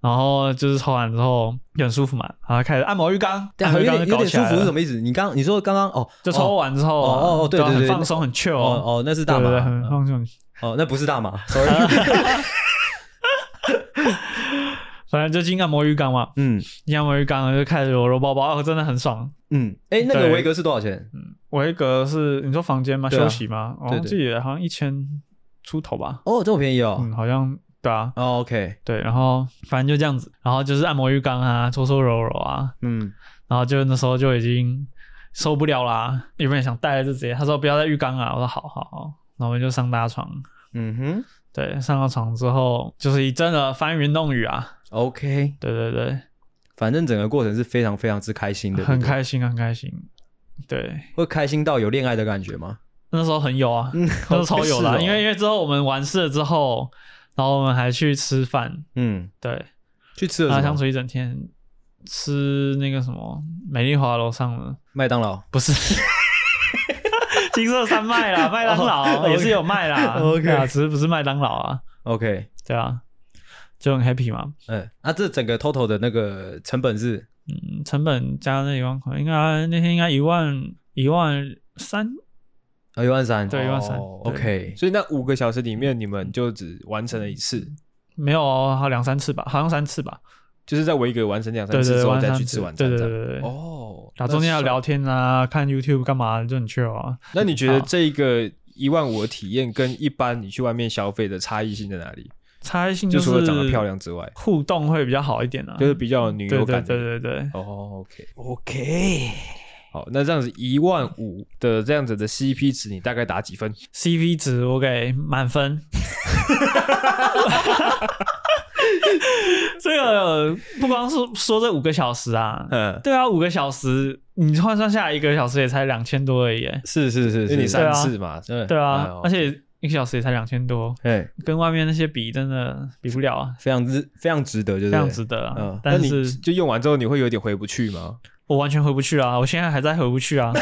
B: 然后就是抽完之后也很舒服嘛，然后开始按摩浴缸，
C: 对
B: 按
C: 啊
B: 摩浴
C: 有
B: 缸
C: 点
B: 就
C: 有
B: 搞
C: 点
B: 起
C: 舒
B: 来
C: 服是
B: 了
C: 什么意思？你刚你说刚刚哦
B: 就抽完之后啊，
C: 哦哦哦对
B: 啊
C: 对
B: 很
C: 对
B: 放松很 chill
C: 哦
B: 哦，
C: 哦那是大
B: 对
C: 麻
B: 对对，很
C: 嗯
B: 放松。
C: 哦那不是大麻，sorry
B: 反正就进按摩浴缸嘛，
C: 嗯
B: 进按摩浴缸就开始揉揉包包，哦，真的很爽。
C: 嗯，哎那个
B: 对
C: 维格是多少钱？
B: 维格是你说房间吗？
C: 对啊
B: 休息吗？我
C: 对对
B: 忘记了，好像一千出头吧。
C: 哦这么便宜哦
B: 嗯，好像对啊，
C: 哦 OK
B: 对，然后反正就这样子，然后就是按摩浴缸啊，搓搓揉揉啊，
C: 嗯
B: 然后就那时候就已经受不了啦，原本想带了就直接，他说不要在浴缸啊，我说好好好，然后我们就上大床，
C: 嗯哼
B: 对，上到床之后就是一阵的翻云弄雨啊，
C: OK，
B: 对对对，
C: 反正整个过程是非常非常之开心的，
B: 很
C: 对不对
B: 开心很开心，对，
C: 会开心到有恋爱的感觉吗？
B: 那时候很有啊， 那时候超有的啊、
C: 是哦
B: 因为因为之后我们完事了之后，然后我们还去吃饭，
C: 嗯，
B: 对，
C: 去吃
B: 然后
C: 了
B: 啊
C: 什
B: 相
C: 么？
B: 处一整天，吃那个什么美丽华楼上的。
C: 麦当劳。
B: 不是，金色山脉啦，麦当劳、
C: 哦 OK
B: 也是有卖啦
C: OK
B: 对啊，只是不是麦当劳啊，
C: OK，
B: 对啊，就很 happy 嘛。
A: 呃
C: 嗯，
A: 啊
C: 那、这整个 total 的那个成本是
B: 嗯，成本加那一万块，应该那天应该一万一万三，
C: 呃一万三，
B: 对，一万三。
A: 哦
B: 对
C: OK，
A: 所以那五个小时里面，你们就只完成了一次，
B: 没有哦，好两三次吧，好像三次吧。
A: 就是在维格完成两
B: 对
A: 三次
B: 对，
A: 之后
B: 晚
A: 再
B: 上
A: 去吃晚
B: 对
A: 餐。
B: 对
A: 这
B: 对
A: 样
B: 对对。对
A: 哦，
B: 然后中间要
A: 那
B: 聊天啊，看 YouTube 干嘛，就很 chill 啊。
A: 那你觉得这一个一万五的体验跟一般你去外面消费的差异性在哪里？
B: 差异性
A: 就是除了长得漂，亮之外，
B: 互动会比较好一点啊。
A: 就是比较有女
B: 对
A: 友
B: 对
A: 感。
B: 对
A: 对。
B: 对对。
A: 哦，OK，
C: OK，
A: 好，那这样子一万五的这样子的 CP 值，你大概打几分？
B: 啊 CP 值我给 满分。这个不光是说这五个小时啊，
A: 嗯，
B: 对啊，五个小时你换算下来一个小时也才两千多而已耶，
C: 是是是
A: 因
C: 是，
A: 为你
B: 是
A: 三次嘛，
C: 对啊
B: 对
A: 哎
B: 啊
A: 呦，
B: 而且一个小时也才两千多，
C: 哎，
B: 跟外面那些比真的比不了啊，
C: 非常之非常值得，就
B: 这
C: 是
B: 样值得啊
C: 嗯。
A: 那
B: 但
A: 你
B: 是
A: 就用完之后，你会有点回不去吗？
B: 我完全回不去啊，我现在还在回不去 啊。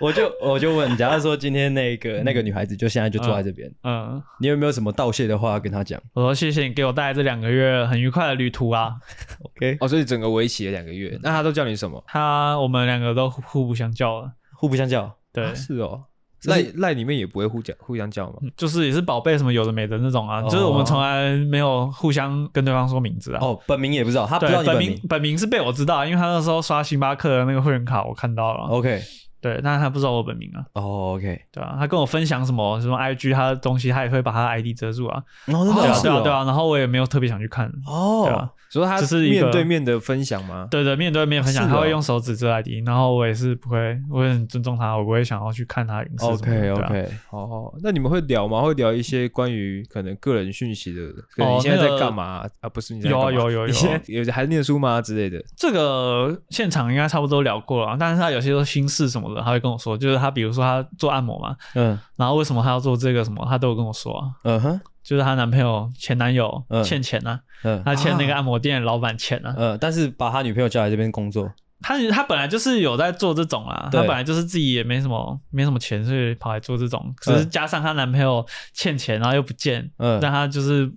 C: 我就我就问，假如说今天那个那个女孩子就现在就坐在这边，
B: 嗯，
C: 你有没有什么道谢的话要跟她讲
B: 我说谢谢你给我带来这两个月很愉快的旅途啊。
C: ？OK，
A: 哦，所以整个为期了两个
B: 嗯
A: 月，那他都叫你什么？
B: 他我们两个都互互不相叫了，
C: 互不相叫，
B: 对，嗯
A: 啊是哦，
C: 就
A: 赖
C: 是
A: 赖里面也不会互讲互相叫吗？
B: 就是也是宝贝什么有的没的那种啊，
C: 哦
B: 就是我们从来没有互相跟对方说名字啊。
C: 哦，本名也不知道，她不
B: 对
C: 知道，你
B: 本
C: 名
B: 啊
C: 哦
B: 名本名是被我知道，因为他那时候刷星巴克的那个会员卡，我看到了。
C: ，OK，
B: 对，但他不知道我本名啊，
C: 哦，OK，
B: 对啊，他跟我分享什么什么 IG 他的东西，他也会把他的 ID 遮住啊，
C: 然后
B: 对
C: 那
B: 啊，对啊，对
C: 啊，
B: 啊，然后我也没有特别想去看，对
C: 哦
B: 啊，，
A: 所以他
B: 只是一个
A: 面对面的分享吗？
B: 对对，面对面分享，
A: 是
B: 他
A: 哦
B: 会用手指遮 ID，然后我也是不会，我也很尊重他，我不会想要去看他的隐私什么的
C: OK
B: 对啊
C: OK，
A: 哦，那你们会聊吗？会聊一些关于可能个人讯息的，可
B: 哦
A: 能你现在
B: 那个
A: 在干嘛、啊？不是你在
B: 有啊
A: 干嘛
B: 有有有
A: 你现在有还念书吗之类的？
B: 这个现场应该差不多聊过了啊，但是他有些时候心事什么的，他会跟我说，就是他比如说他做按摩嘛，
C: 嗯
B: 然后为什么他要做这个什么，他都有跟我说啊，
C: 嗯哼，
B: 就是她男朋友前男友
C: 嗯
B: 欠钱啊，
C: 嗯
B: 他欠那个按摩店的老板钱啊，
C: 嗯，但是把他女朋友叫来这边工作，
B: 他他本来就是有在做这种啦，
C: 对
B: 他本来就是自己也没什么没什么钱，所以跑来做这种，只是加上她男朋友欠钱，然后又不见，
C: 嗯
B: 但她就是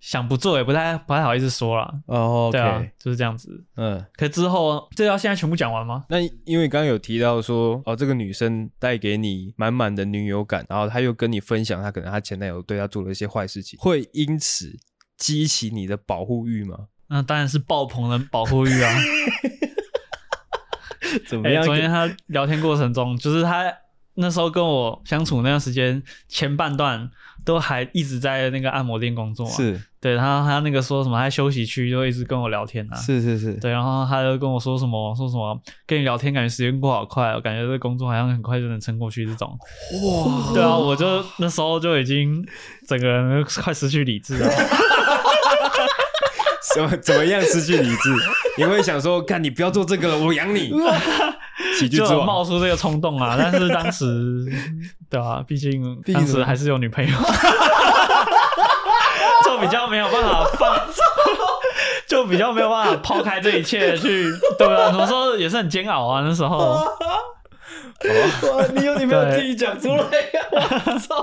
B: 想不做也不太不太好意思说啦。
C: 哦
B: 对啊
C: ，OK，，
B: 就是这样子。
C: 嗯，
B: 可之后这要现在全部讲完吗？
A: 那因为刚刚有提到说，哦，这个女生带给你满满的女友感，然后她又跟你分享她可能她前男友对她做了一些坏事情，会因此激起你的保护欲 吗？
B: 那当然是爆棚的保护 欲啊！
C: 怎么
B: 哎、
C: 样
B: 昨？天他聊天过程中，就是他那时候跟我相处那段时间，前半段都还一直在那个按摩店工作、啊，
C: 是
B: 对，然后他那个说什么，他休息区就一直跟我聊天啊，
C: 是是是，
B: 对，然后他就跟我说什么说什么，跟你聊天感觉时间过好快、哦，感觉这工作好像很快就能撑过去这种。哇，对啊，我就那时候就已经整个人都快失去理智 了。
A: 怎么怎么样失去理智？ 你会想说，干你不要做这个了，我养 你。喜剧之
B: 就有
A: 王
B: 冒出这个冲动啊，但是当 时，对啊，毕竟
C: 竟
B: 当
C: 什
B: 时
C: 么
B: 还是有女朋友，就比较没有办法放，就比较没有办法抛开这一切去，对啊，怎么说也是很煎熬啊，那时 候。
C: 哇，你有女朋友
A: 哎
B: 对
C: 自己讲出来呀，我操！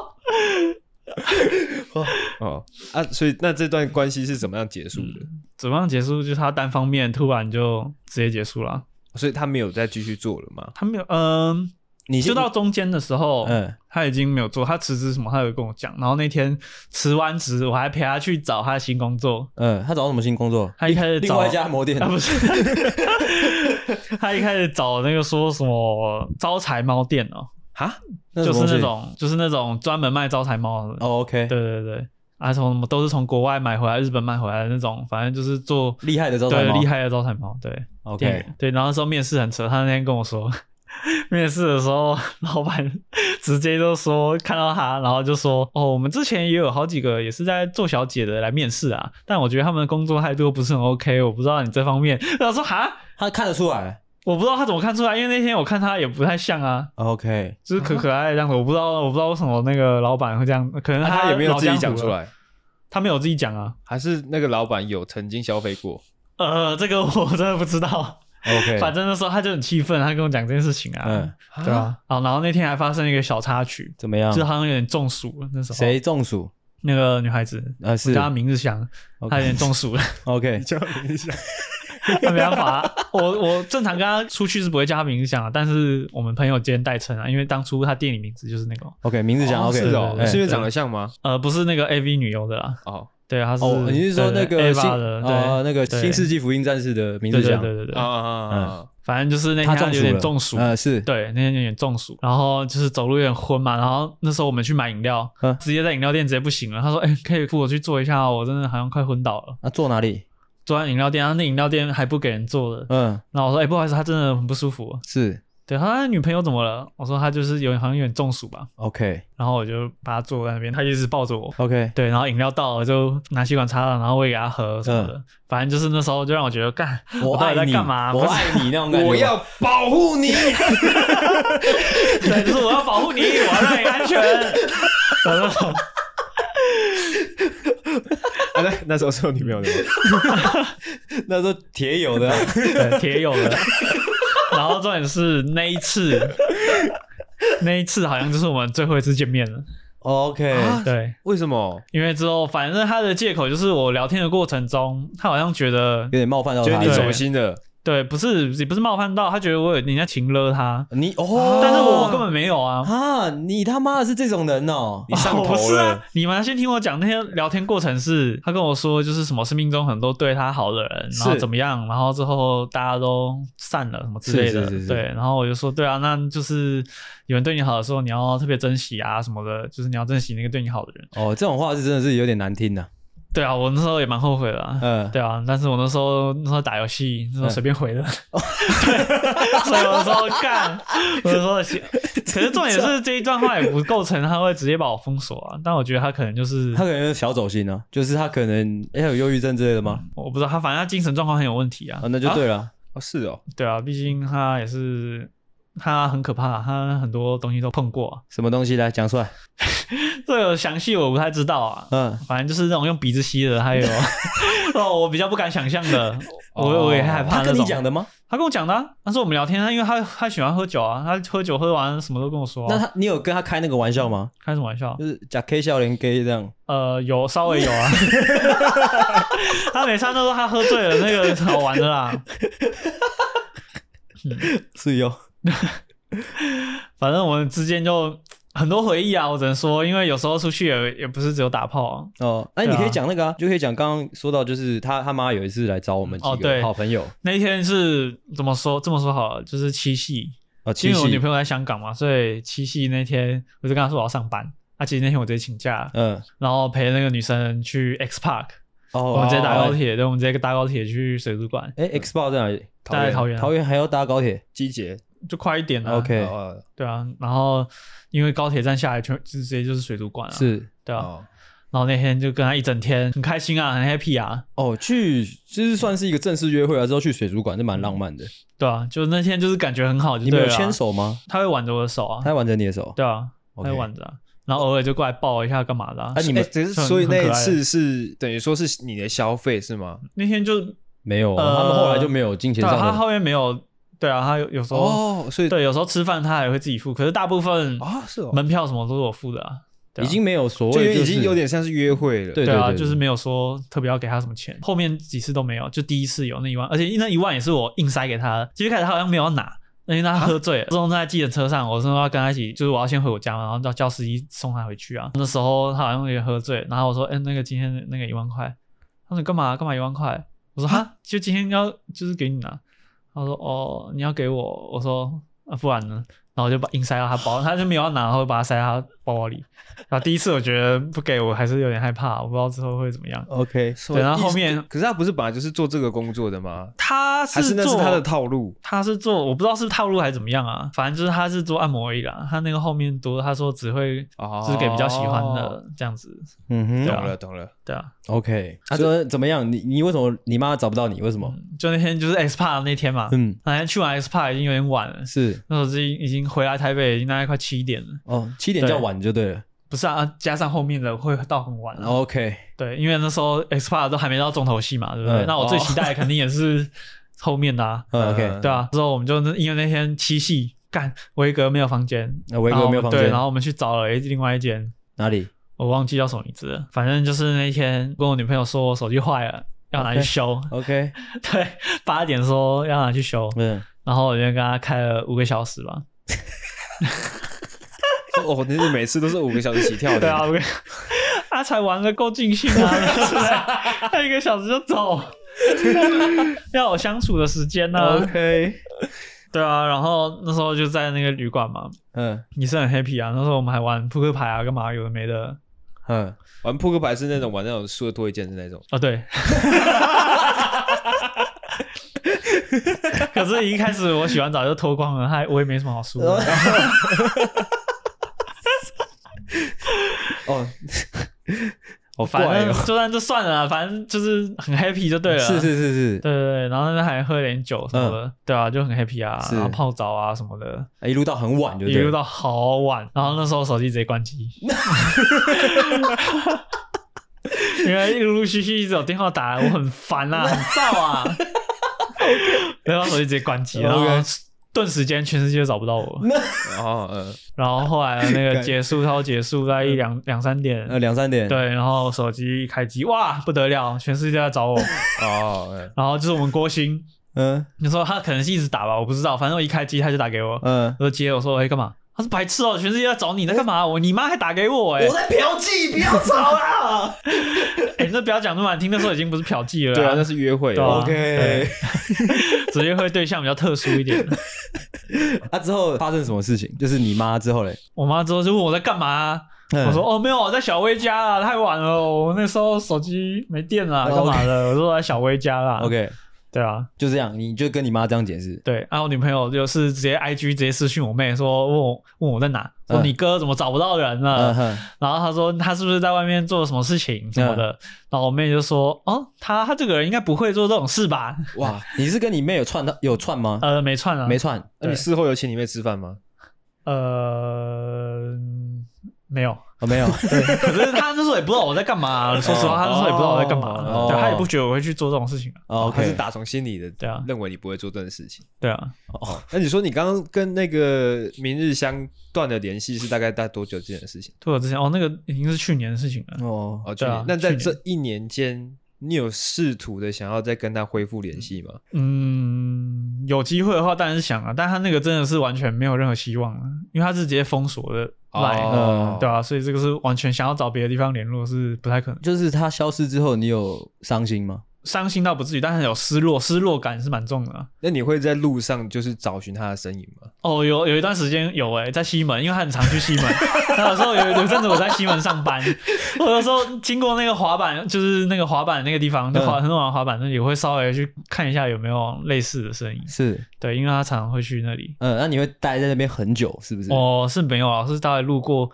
A: 哦啊，所以那这段关系是怎么样结束的？
B: 怎么样结束？就是他单方面突然就直接结束了。
A: 所以他没有再继续做了吗？
B: 他没有，嗯、
C: 你
B: 就到中间的时候，
C: 嗯
B: 他已经没有做，他辞职什么，他有跟我讲。然后那天辞完职，我还陪他去找他的新工作。
C: 嗯，他找什么新工作？
B: 他一开始
C: 另
B: 找
C: 外一家按摩店
B: 啊，不是，他一开始找那个说什么招财猫店哦、
C: 哈，
B: 就
C: 什么
B: 是
C: 东西
B: 那种就是那种专门卖招财猫的。
C: 哦
B: 对
C: ，OK，
B: 对对，啊，从什么都是从国外买回来，日本买回来的那种，反正就是做
C: 厉害的招财
B: 对
C: 猫，
B: 厉害的招财猫，对。店
C: ，OK，
B: 员对，然后那时候面试很扯，他那天跟我说， 面试的时候 老板直接就说看到他，然后就说哦，我们之前也有好几个也是在做小姐的来面试啊，但我觉得他们的工作态度不是很 OK，我不知道你这方面。 然后说哈，
C: 他看得出来
B: 我不知道他怎么看出来，因为那天我看他也不太像啊。
C: ，OK，
B: 就是可可爱爱这样子，我不知道，我不知道为什么那个老板会这样，可能
A: 那啊他也没有
B: 老
A: 自己
B: 江
A: 讲
B: 湖
A: 出
B: 了，
A: 来，
B: 他没有自己讲啊。
A: 还是那个老板有曾经消费过？
B: 呃，这个我真的不 知道。
C: OK，
B: 反正那时候他就很气愤，他跟我讲这件事情啊。
C: 嗯，
B: 对啊，啊，然后那天还发生一个小插曲，
C: 怎么样
B: 就？好像有点中暑了。那时候
C: 嗯谁中暑？
B: 那个女孩子，
C: 呃，
B: 我
C: 是
B: 叫她名字想，她有点中暑了，
C: OK，
A: 叫一下，
B: 她没办法。啊我我正常跟她出去是不会叫她名字想啊，但是我们朋友间代称啊，因为当初她店里名字就是那个，
C: OK，名字讲 OK，
A: 是哦，
C: 哎
A: 是因为长得像吗？
B: 呃，不是那个 AV 女优的啦，
A: 哦
B: 对，啊她是
C: 哦，你是说
B: 对
C: 那
B: 对
C: 个新
B: Ava 的，对，
C: 哦，那个
B: 对
C: 新世纪福音战士的名
B: 对
C: 字
B: 对
C: 讲，
B: 对对对
A: 啊，啊啊啊！
B: 反正就是那
C: 他
B: 天她
C: 中
B: 有
C: 暑
B: 点
C: 了，
B: 中暑，
C: 呃，是，
B: 对，那天有点中暑，然后就是走路有点昏嘛，然后那时候我们去买饮料，
C: 嗯
B: 直接在饮料店直接不行了。他说：“哎、可以扶我去坐一下哦，我真的好像快昏倒了。
C: 那啊坐哪里？”
B: 坐在饮料店，然后那饮料店还不给人坐的。
C: 嗯，
B: 然后我说：“哎、不好意思，他真的很不舒服。
C: 是
B: 对，他说哎女朋友怎么了？我说他就是有好像有点中暑吧。
C: OK
B: 然后我就把他坐在那边，他一直抱着我。
C: OK，
B: 对，然后饮料到了就拿吸管插了，然后我也给他喝什么的。反正就是那时候就让我觉得干，
C: 嗯 我
B: 到底
C: 爱
B: 在
C: 你，
B: 干嘛？
C: 我
B: 不是
C: 爱你那种感觉，
A: 我要 保护 你。
B: 对，就是我要保护你，我要让你安 全。然后
A: 啊，那那时候是有女朋友的吗？
C: 那时候铁友的啊，
B: 对，铁友的。 然后重点是那一次，那一次好像就是我们最后一次见面了。
C: OK，
A: 啊
B: 对，
A: 为什么？
B: 因为之后反正他的借口就是我聊天的过程中，他好像觉得
C: 有点冒犯到
A: 觉
C: 他
A: 得你
C: 了，
A: 走心了？
B: 对，不是也不是冒犯到，他觉得我有人家情勒他，
C: 你哦，
B: 但是我根本没有啊。
C: 啊，你他妈的是这种人 哦
A: 你！上
B: 我不
A: 头
B: 是啊
A: 了，
B: 你们先听我讲，那天聊天过程是，他跟我说就是什么生命中很多对他好的人，然后
C: 是
B: 怎么样，然后之后大家都散了什么之类的，
C: 是是是是
B: 对，然后我就说对啊，那就是有人对你好的时候，你要特别珍惜啊什么的，就是你要珍惜那个对你好的人。
C: 哦，这种话是真的是有点难听的、
B: 对啊，我那时候也蛮后悔的、啊，
C: 嗯
B: 对啊，但是我那时候那时候打游戏，那时候随便回 的，对，啊所以我说干，我说可是重点是这一段话也不构成他会直接把我封锁啊，但我觉得他可能就是
C: 他可能有小走心啊，就是他可能要有忧郁症之类的吗？
B: 我不知道他，反正他精神状况很有问题嗯啊
C: 啊，。那就对了。
A: 哦，是哦，
B: 对啊，毕竟他也是他很可怕，他很多东西都碰过啊、
C: 什么东西来讲出来？
B: 这个详细我不太知道啊。
C: 嗯，
B: 反正就是那种用鼻子吸的，还有 哦，我比较不敢想象的，我我也害怕
C: 哦他
B: 那
C: 跟
B: 种。
C: 你讲的吗？
B: 他跟我讲的、啊，他说我们聊天，他因为他他喜欢喝酒啊，他喝酒喝完什么都跟我说、啊。
C: 那他你有跟他开那个玩笑吗？
B: 开什么玩笑？
C: 就是假 K 笑脸 K 这样，
B: 呃，有稍微有啊。 他每餐都说他喝醉了，那个好玩的啦。
C: 是哟。
B: 反正我们之间就很多回忆啊，我只能说，因为有时候出去也也不是只有打炮、啊。
C: 哦，哎，
B: 对
C: 你
B: 啊
C: 可以讲那个啊，就可以讲刚刚说到，就是他他妈有一次来找我们
B: 哦
C: 几个
B: 对
C: 好朋友
B: 那一天是怎么说？这么说好了，就是七夕，
C: 啊，
B: 因
C: 七
B: 为我女
C: 夕，
B: 朋友在香港嘛，所以七夕那天我就跟她说我要上班。啊，其实那天我直接请假，
C: 嗯，
B: 然后陪那个女生去 X Park，、
C: 哦，
B: 我们直接搭高
C: 哦。
B: 铁，对，我们直接搭高铁去水族馆，
C: 哎，X 八在哪里？
B: 搭在桃园啊，
C: 桃园还要搭高铁
A: 季节
B: 就快一点了、
C: ？OK，
A: 哦
B: 对啊，然后因为高铁站下来全直接就是水族馆了、啊，，
C: 是
B: 对啊，
A: 哦，
B: 然后那天就跟她一整天，很开心啊，很 happy 啊，
C: 哦，去就是算是一个正式约会啊，之后去水族馆，这蛮浪漫的。
B: 对啊，就那天就是感觉很好就
C: 你们
B: 对
C: 有
B: 了啊、
C: 牵手吗？
B: 他会挽着我的手啊
C: 他，还挽着你的手？
B: 对啊，他
C: OK
B: 会挽着、啊，然后偶尔就过来抱一下干嘛的、啊
C: 啊，你们
A: 哎只是
B: 很
A: 所以
B: 很可
A: 那一
B: 爱
A: 次是等于说是你的消费是吗？
B: 那天就对
C: 没有，啊
B: 呃
C: 他们后来就没有金钱
B: 啊，
C: 上
B: 他
C: 的。哦
B: 后面没有，对啊，他有有时候、
A: 哦，所以
B: 对，有时候吃饭他还会自己付，可是大部分
A: 啊是哦，
B: 门票什么都是我付的啊，对啊
C: 已经没有所
A: 就因
C: 谓，
A: 为
C: 就
A: 已
C: 是
A: 经有点像是约会了，
C: 对
B: 对啊，
C: 对
B: 就是没有说特别要给他什么钱，后面几次都没有，就第一次有那一万，而且那一万也是我硬塞给他的。其实开始他好像没有要拿，因为他喝
C: 啊
B: 醉了，之后在计程车上，我说要跟他一起，就是我要先回我家嘛，然后叫叫司机送他回去啊。那时候他好像也喝醉，然后我说，哎、那个今天那个一万块，他说你干嘛干嘛一万块？我说
C: 啊
B: 哈，就今天要就是给你拿。他说哦，你要给我，我说啊，不然呢？然后我就把硬塞到他包，他就没有要拿，然后把它塞到他包包里。然后第一次我觉得不给我还是有点害怕，我不知道之后会怎么样。
C: OK，
A: 什么
B: 对，然后
A: 意思
B: 后面
A: 可是他不是本来就是做这个工作的吗？
B: 他
A: 还是那是
B: 做
A: 他的套路？
B: 他是做我不知道是套路还是怎么样啊，反正就是他是做按摩而已啦。他那个后面多他说只会
A: 哦
B: 就是给比较喜欢的这样子，
C: 嗯哼
B: 对啊
A: 懂了懂了，
B: 对啊。
C: ，OK。他说怎么样？你你为什么你妈找不到你？为什么？
B: 就那天就是 X Park 那天嘛，
C: 嗯，
B: 那天去完 X Park 已经有点晚了，
C: 是
B: 那时候已经已经回来台北，已经大概快七点了。
C: 哦，七点
B: 对
C: 叫晚就对了。
B: 不是啊，加上后面的会到很晚。哦，
C: OK，
B: 对，因为那时候 X Park 都还没到重头戏嘛，对不对？
C: 嗯
B: 那我最期待的肯定也是后面的啊。
C: 嗯
A: 嗯
C: OK，
B: 对啊，之后我们就那因为那天七夕干维格没有房间，
C: 那维啊格没有
B: 然后我们
C: 房
B: 对，
C: 间
B: 然，后我们去找了另外一间，
C: 哪里？
B: 我忘记叫什么名字了，反正就是那天跟我女朋友说我手机坏了。要拿去
C: OK
B: 修
C: OK，
B: 对，八点说要拿去修，
C: 嗯，
B: 然后我就跟他开了五个小时吧，
A: 哦，那是每次都是五个小时起跳的，
B: 对啊，我跟他才玩的够尽兴啊，是不是？他一个小时就走， 要有相处的时间呢、啊。
C: OK，
B: 对啊，然后那时候就在那个旅馆嘛，
C: 嗯
B: 也是很 happy 啊。那时候我们还玩扑克牌啊，干嘛有的没的。
C: 嗯，
A: 玩扑克牌是那种玩那种输的多一件的那种，
B: 哦， 对。可是，一开始我洗完澡就脱光了，还我也没什么好输 的。
C: 哦，好
B: 反
C: 怪
B: 正
C: 哦，
B: 就算就算了啊，反正就是很 happy 就对了。
C: 是是是是
B: 对对对，然后那还喝点酒什么的，对啊，就很 happy 啊，
C: 是
B: 然后泡澡啊什么的，
C: 啊，一路到很晚就
B: 一
C: 对
B: 路
C: 了。
B: 到好晚，然后那时候手机直接关机， 因为陆陆续续一直有电话打来，我很烦啊，很燥 啊，然后手机直接关机，然后
C: OK
B: 顿时间全世界都找不到我，
A: 哦嗯，
B: 然后后来那个
C: 干
B: 结束，到结束大概一 两两三点。
C: 呃，两三点，
B: 对，然后手机一开机，哇，不得了，全世界在找我。
A: 哦嗯
B: 然后就是我们郭鑫，
C: 嗯
B: 那时候他可能是一直打吧，我不知道，反正我一开机他就打给我，
C: 嗯，
B: 我就接，我说哎喂干嘛？他说白痴哦、全世界在找你，你在干嘛？我你妈还打给我哎、
D: 我在嫖妓，不要吵啦！
B: 哎、你这不要讲那么难听，那时候已经不是嫖妓了、
A: 对啊，那是约会
B: 对啊
C: OK，
B: 只是约会对象比较特殊一点。
C: 啊之后发生什么事情？就是你妈之后嘞，
B: 我妈之后就问我在干嘛、
C: 嗯
B: 我说哦没有，我在小薇家啦，太晚了，我那时候手机没电啦，
C: 哦
B: 干嘛的？我说我在小薇家啦。
C: OK，
B: 对啊，
C: 就这样，你就跟你妈这样解释。
B: 对。啊然后我女朋友就是直接 IG 直接私讯我妹说问我问我在哪，说
C: 嗯
B: 你哥怎么找不到人了？
C: 嗯哼，
B: 然后她说他是不是在外面做了什么事情什么的？
C: 嗯
B: 然后我妹就说哦他他这个人应该不会做这种事吧？
C: 哇，你是跟你妹有串到有串吗？
B: 呃没串啊，
C: 嗯没串，
A: 那你事后有请你妹吃饭吗？
B: 呃没有。
C: 哦没有，
B: 可是他那时候也不知道我在干嘛、啊 说实话，他那时候也不知道我在干嘛、啊
C: 哦
B: 对，他也不觉得我会去做这种事情啊。
C: 哦
A: 她是
C: OK，
A: 打从心里的，
B: 对啊
A: 认为你不会做这件事情。
B: 对啊，
A: 那你说你刚刚跟那个明日香断了联系是大概大多久之前的事情？
B: 对我之前哦，那个已经是去年的事情了。
C: 哦，
A: 哦，去
B: 对啊
A: 年。那在
B: 去年
A: 这一年间，你有试图的想要再跟他恢复联系吗？
B: 嗯，有机会的话当然是想啊，但他那个真的是完全没有任何希望啊，因为他是直接封锁的来、
A: 哦
B: 嗯对啊，所以这个是完全想要找别的地方联络是不太可能。
C: 就是她消失之后，你有伤心吗？
B: 伤心倒不至于，但是有失落，失落感是蛮重的啊、
A: 那你会在路上就是找寻他的身影吗？
B: 哦，有有一段时间有诶、在西门，因为他很常去西 门。那有时候有有阵子我在西门上班，我有时候经过那个滑板，就是那个滑板那个地方，就
C: 嗯
B: 滑很多玩滑板，那里我会稍微去看一下有没有类似的声音。
C: 是，
B: 对，因为他常常会去那里。
C: 嗯，那你会待在那边很久，是不是？
B: 哦，是没有啊，是大概路过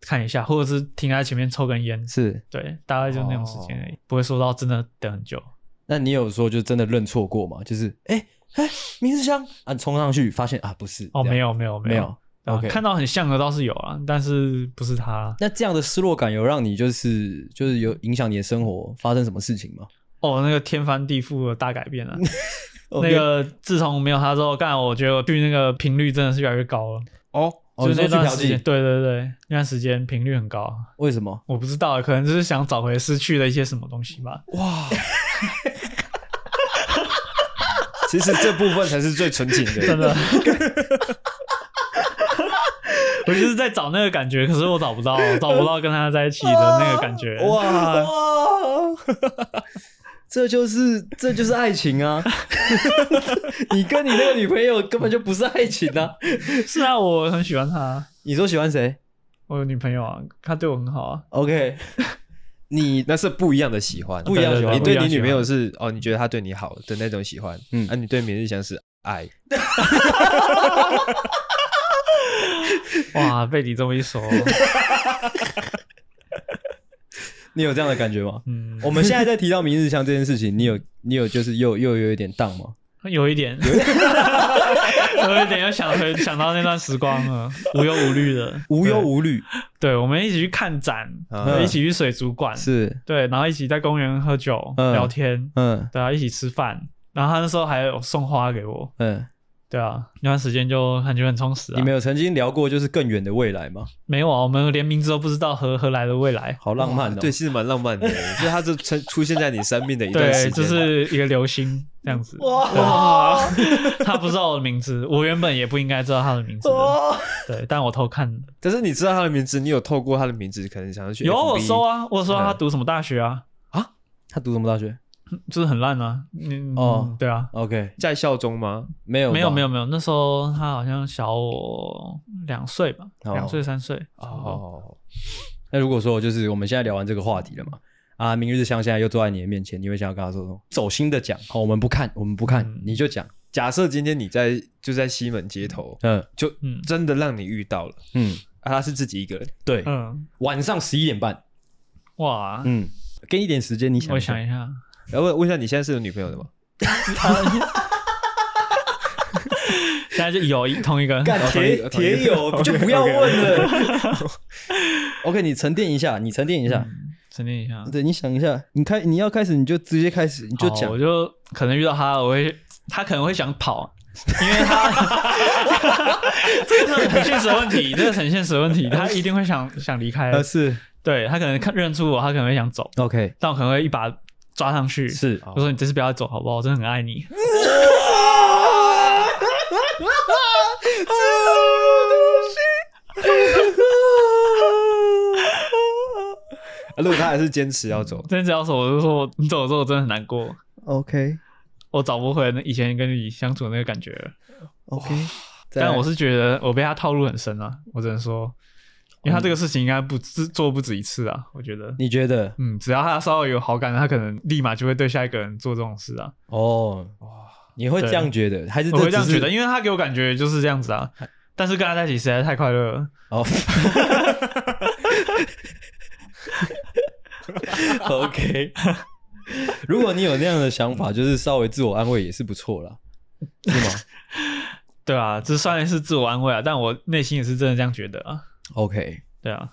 B: 看一下，或者是停在前面抽根烟。
C: 是，
B: 对，大概就那种时间而
C: 哦
B: 已，不会说到真的等很久。
C: 那你有说就真的认错过吗？就是，哎哎，明日香啊，你冲上去发现啊，不是，
B: 哦，
C: 这样
B: 没有没有
C: 没有。
B: 啊
C: OK
B: 看到很像的倒是有啊，但是不是他啊。
C: 那这样的失落感有让你就是就是
B: 嗯
C: 有影响你的生活，发生什么事情吗？
B: 哦，那个天翻地覆的大改变啊。
C: 哦
B: 那个自从没有他之后，干我觉得我去那个频率真的是越来越高了。
A: 哦，
C: 哦
B: 就是
C: 你
B: 那
C: 说去
B: 段
C: 嫖
B: 时间，
C: 妓，
B: 对对对，那段时间频率很高。
C: 为什么？
B: 我不知道，可能就是想找回失去的一些什么东西吧。
C: 哇，
A: 其实这部分才是最纯情的，
B: 真 的，我就是在找那个感觉，可是我找不到，找不到跟他在一起的那个感 觉。
C: 哇哇， 这就是这就是爱情啊！ 你跟你那个女朋友根本就不是爱情啊！
B: 是啊，我很喜欢他，
C: 你说喜欢谁
B: 我有女朋友啊，她对我很好啊。
C: ？OK，你
A: 那是不一样的喜欢，
C: 不一样的喜欢
A: 你
B: 不一
A: 对
B: 样
A: 你
B: 的喜
A: 女
B: 欢
A: 朋友是哦，你觉得她对你好的那种喜欢，
C: 嗯
A: 嗯，啊，你对明日香是爱，
B: 哇，被你这么一哦说，
C: 你有这样的感觉吗？
B: 嗯，
C: 我们现在在提到明日香这件事情，你有你有就是又又有一点荡吗？
B: 有一点， 有一点又想回想到那段时光了，无忧无虑的，
C: 无忧无虑
B: 对，我们一起去看展，
A: 嗯
B: 一起去水族馆，
C: 是，
B: 对，然后一起在公园喝酒、
C: 嗯
B: 聊天，
C: 嗯
B: 对啊，一起吃饭。然后他那时候还有送花给我，
C: 嗯，
B: 对啊，那段时间就感觉很充实啊。
C: 你们有曾经聊过就是更远的未来吗？
B: 没有啊？我们连名字都不知道何何来的未来。
C: 好浪漫哦，
A: 对，，是蛮浪漫 的，就是她就出出现在你生命的一段时
B: 对，
A: 间，啊
B: 就是一个流星这样子。
D: 哇
B: 对，他不知道我的名字，我原本也不应该知道他的名字的。
D: 哇！
B: 对，但我偷看了。
A: 但是你知道她的名字，你有透过她的名字，可能想要去
B: 有啊
A: FB
B: 我搜，啊，我搜他读什么大学啊，
C: 他读什么大学
B: 就是很烂啊。嗯，
C: 哦
B: 对啊，
C: ？OK，
A: 在校中吗？
C: 没有
B: 没有
C: 吧
B: 没有没有，那时候他好像小我两岁吧，
C: 哦
B: 两岁三岁。
A: 哦，
C: 那如果说就是我们现在聊完这个话题了嘛，啊，明日香现在又坐在你的面前，你会想要跟他说什么？走心的讲，哦好，我们不看，我们不看，
B: 嗯
C: 你就讲，
A: 假设今天你在就在西门街头，
C: 嗯
A: 就
B: 嗯
A: 真的让你遇到了，
C: 嗯，
A: 啊，她是自己一个人，
C: 对，
B: 嗯，
C: 晚上十一点半，
B: 哇，
C: 嗯，给你一点时间，你想
B: 我
C: 一下
B: 想一下，
A: 然后问一下你现在是有女朋友的吗？
B: 现在就有一同一个，
C: 干铁
A: 哦同意
C: 铁友
A: OK，
C: 就不要问了。OK，你沉淀一下，你沉淀一下。
B: 沉淀一下。
C: 对，你想一下，你开你要开始，你就直接开始，你就
B: 好
C: 讲
B: 我。就可能遇到他，我会，他可能会想跑，因为他 这个是很现实的问题，这个是很现实的问题，他一定会想想离开。
C: 呃，是
B: 对他可能看认出我，他可能会想走，
C: OK，
B: 但我可能会一把抓上去，
C: 是
B: 我说你这次不要走好不好？我真的很爱你。
A: 啊如果他还是坚持要走，
B: 真只要走，我就说我你走了之后，我真的很难过，
D: OK
B: 我找不回那以前跟你相处的那个感觉了。
D: OK，再来
B: 但我是觉得我被他套路很深啊，我只能说，因为他这个事情应该不止做不止一次啊，我觉得。
C: 你觉得？
B: 嗯，只要他稍微有好感，他可能立马就会对下一个人做这种事啊。
C: 哦，你会这样觉得，还是
B: 我会这样
C: 只是
B: 觉得，因为他给我感觉就是这样子啊。但是跟他在一起实在太快乐了，
C: 哦。OK，如果你有那样的想法，就是稍微自我安慰也是不错啦，是吗
B: 对啊，这算是自我安慰啊，但我内心也是真的这样觉得啊。
C: ？OK，
B: 对啊，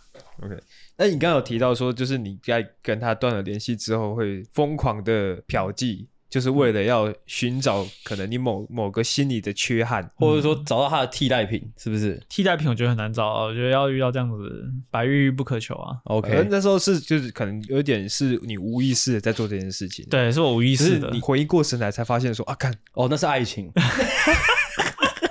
A: 那你刚刚有提到说，就是你在跟他断了联系之后，会疯狂的嫖妓，就是为了要寻找可能你某某个心理的缺憾。
C: 或者说找到他的替代品，是不是
B: 替代品我觉得很难找啊，我觉得要遇到这样子，百遇不可求啊。
A: 可能
C: ？OK，
A: 那时候是就是可能有点是你无意识的在做这件事情，，
B: 对，是我无意
A: 只
B: 识
A: 是
B: 的
A: 你。回忆过神来才发现说啊，看
C: 哦，那是爱情。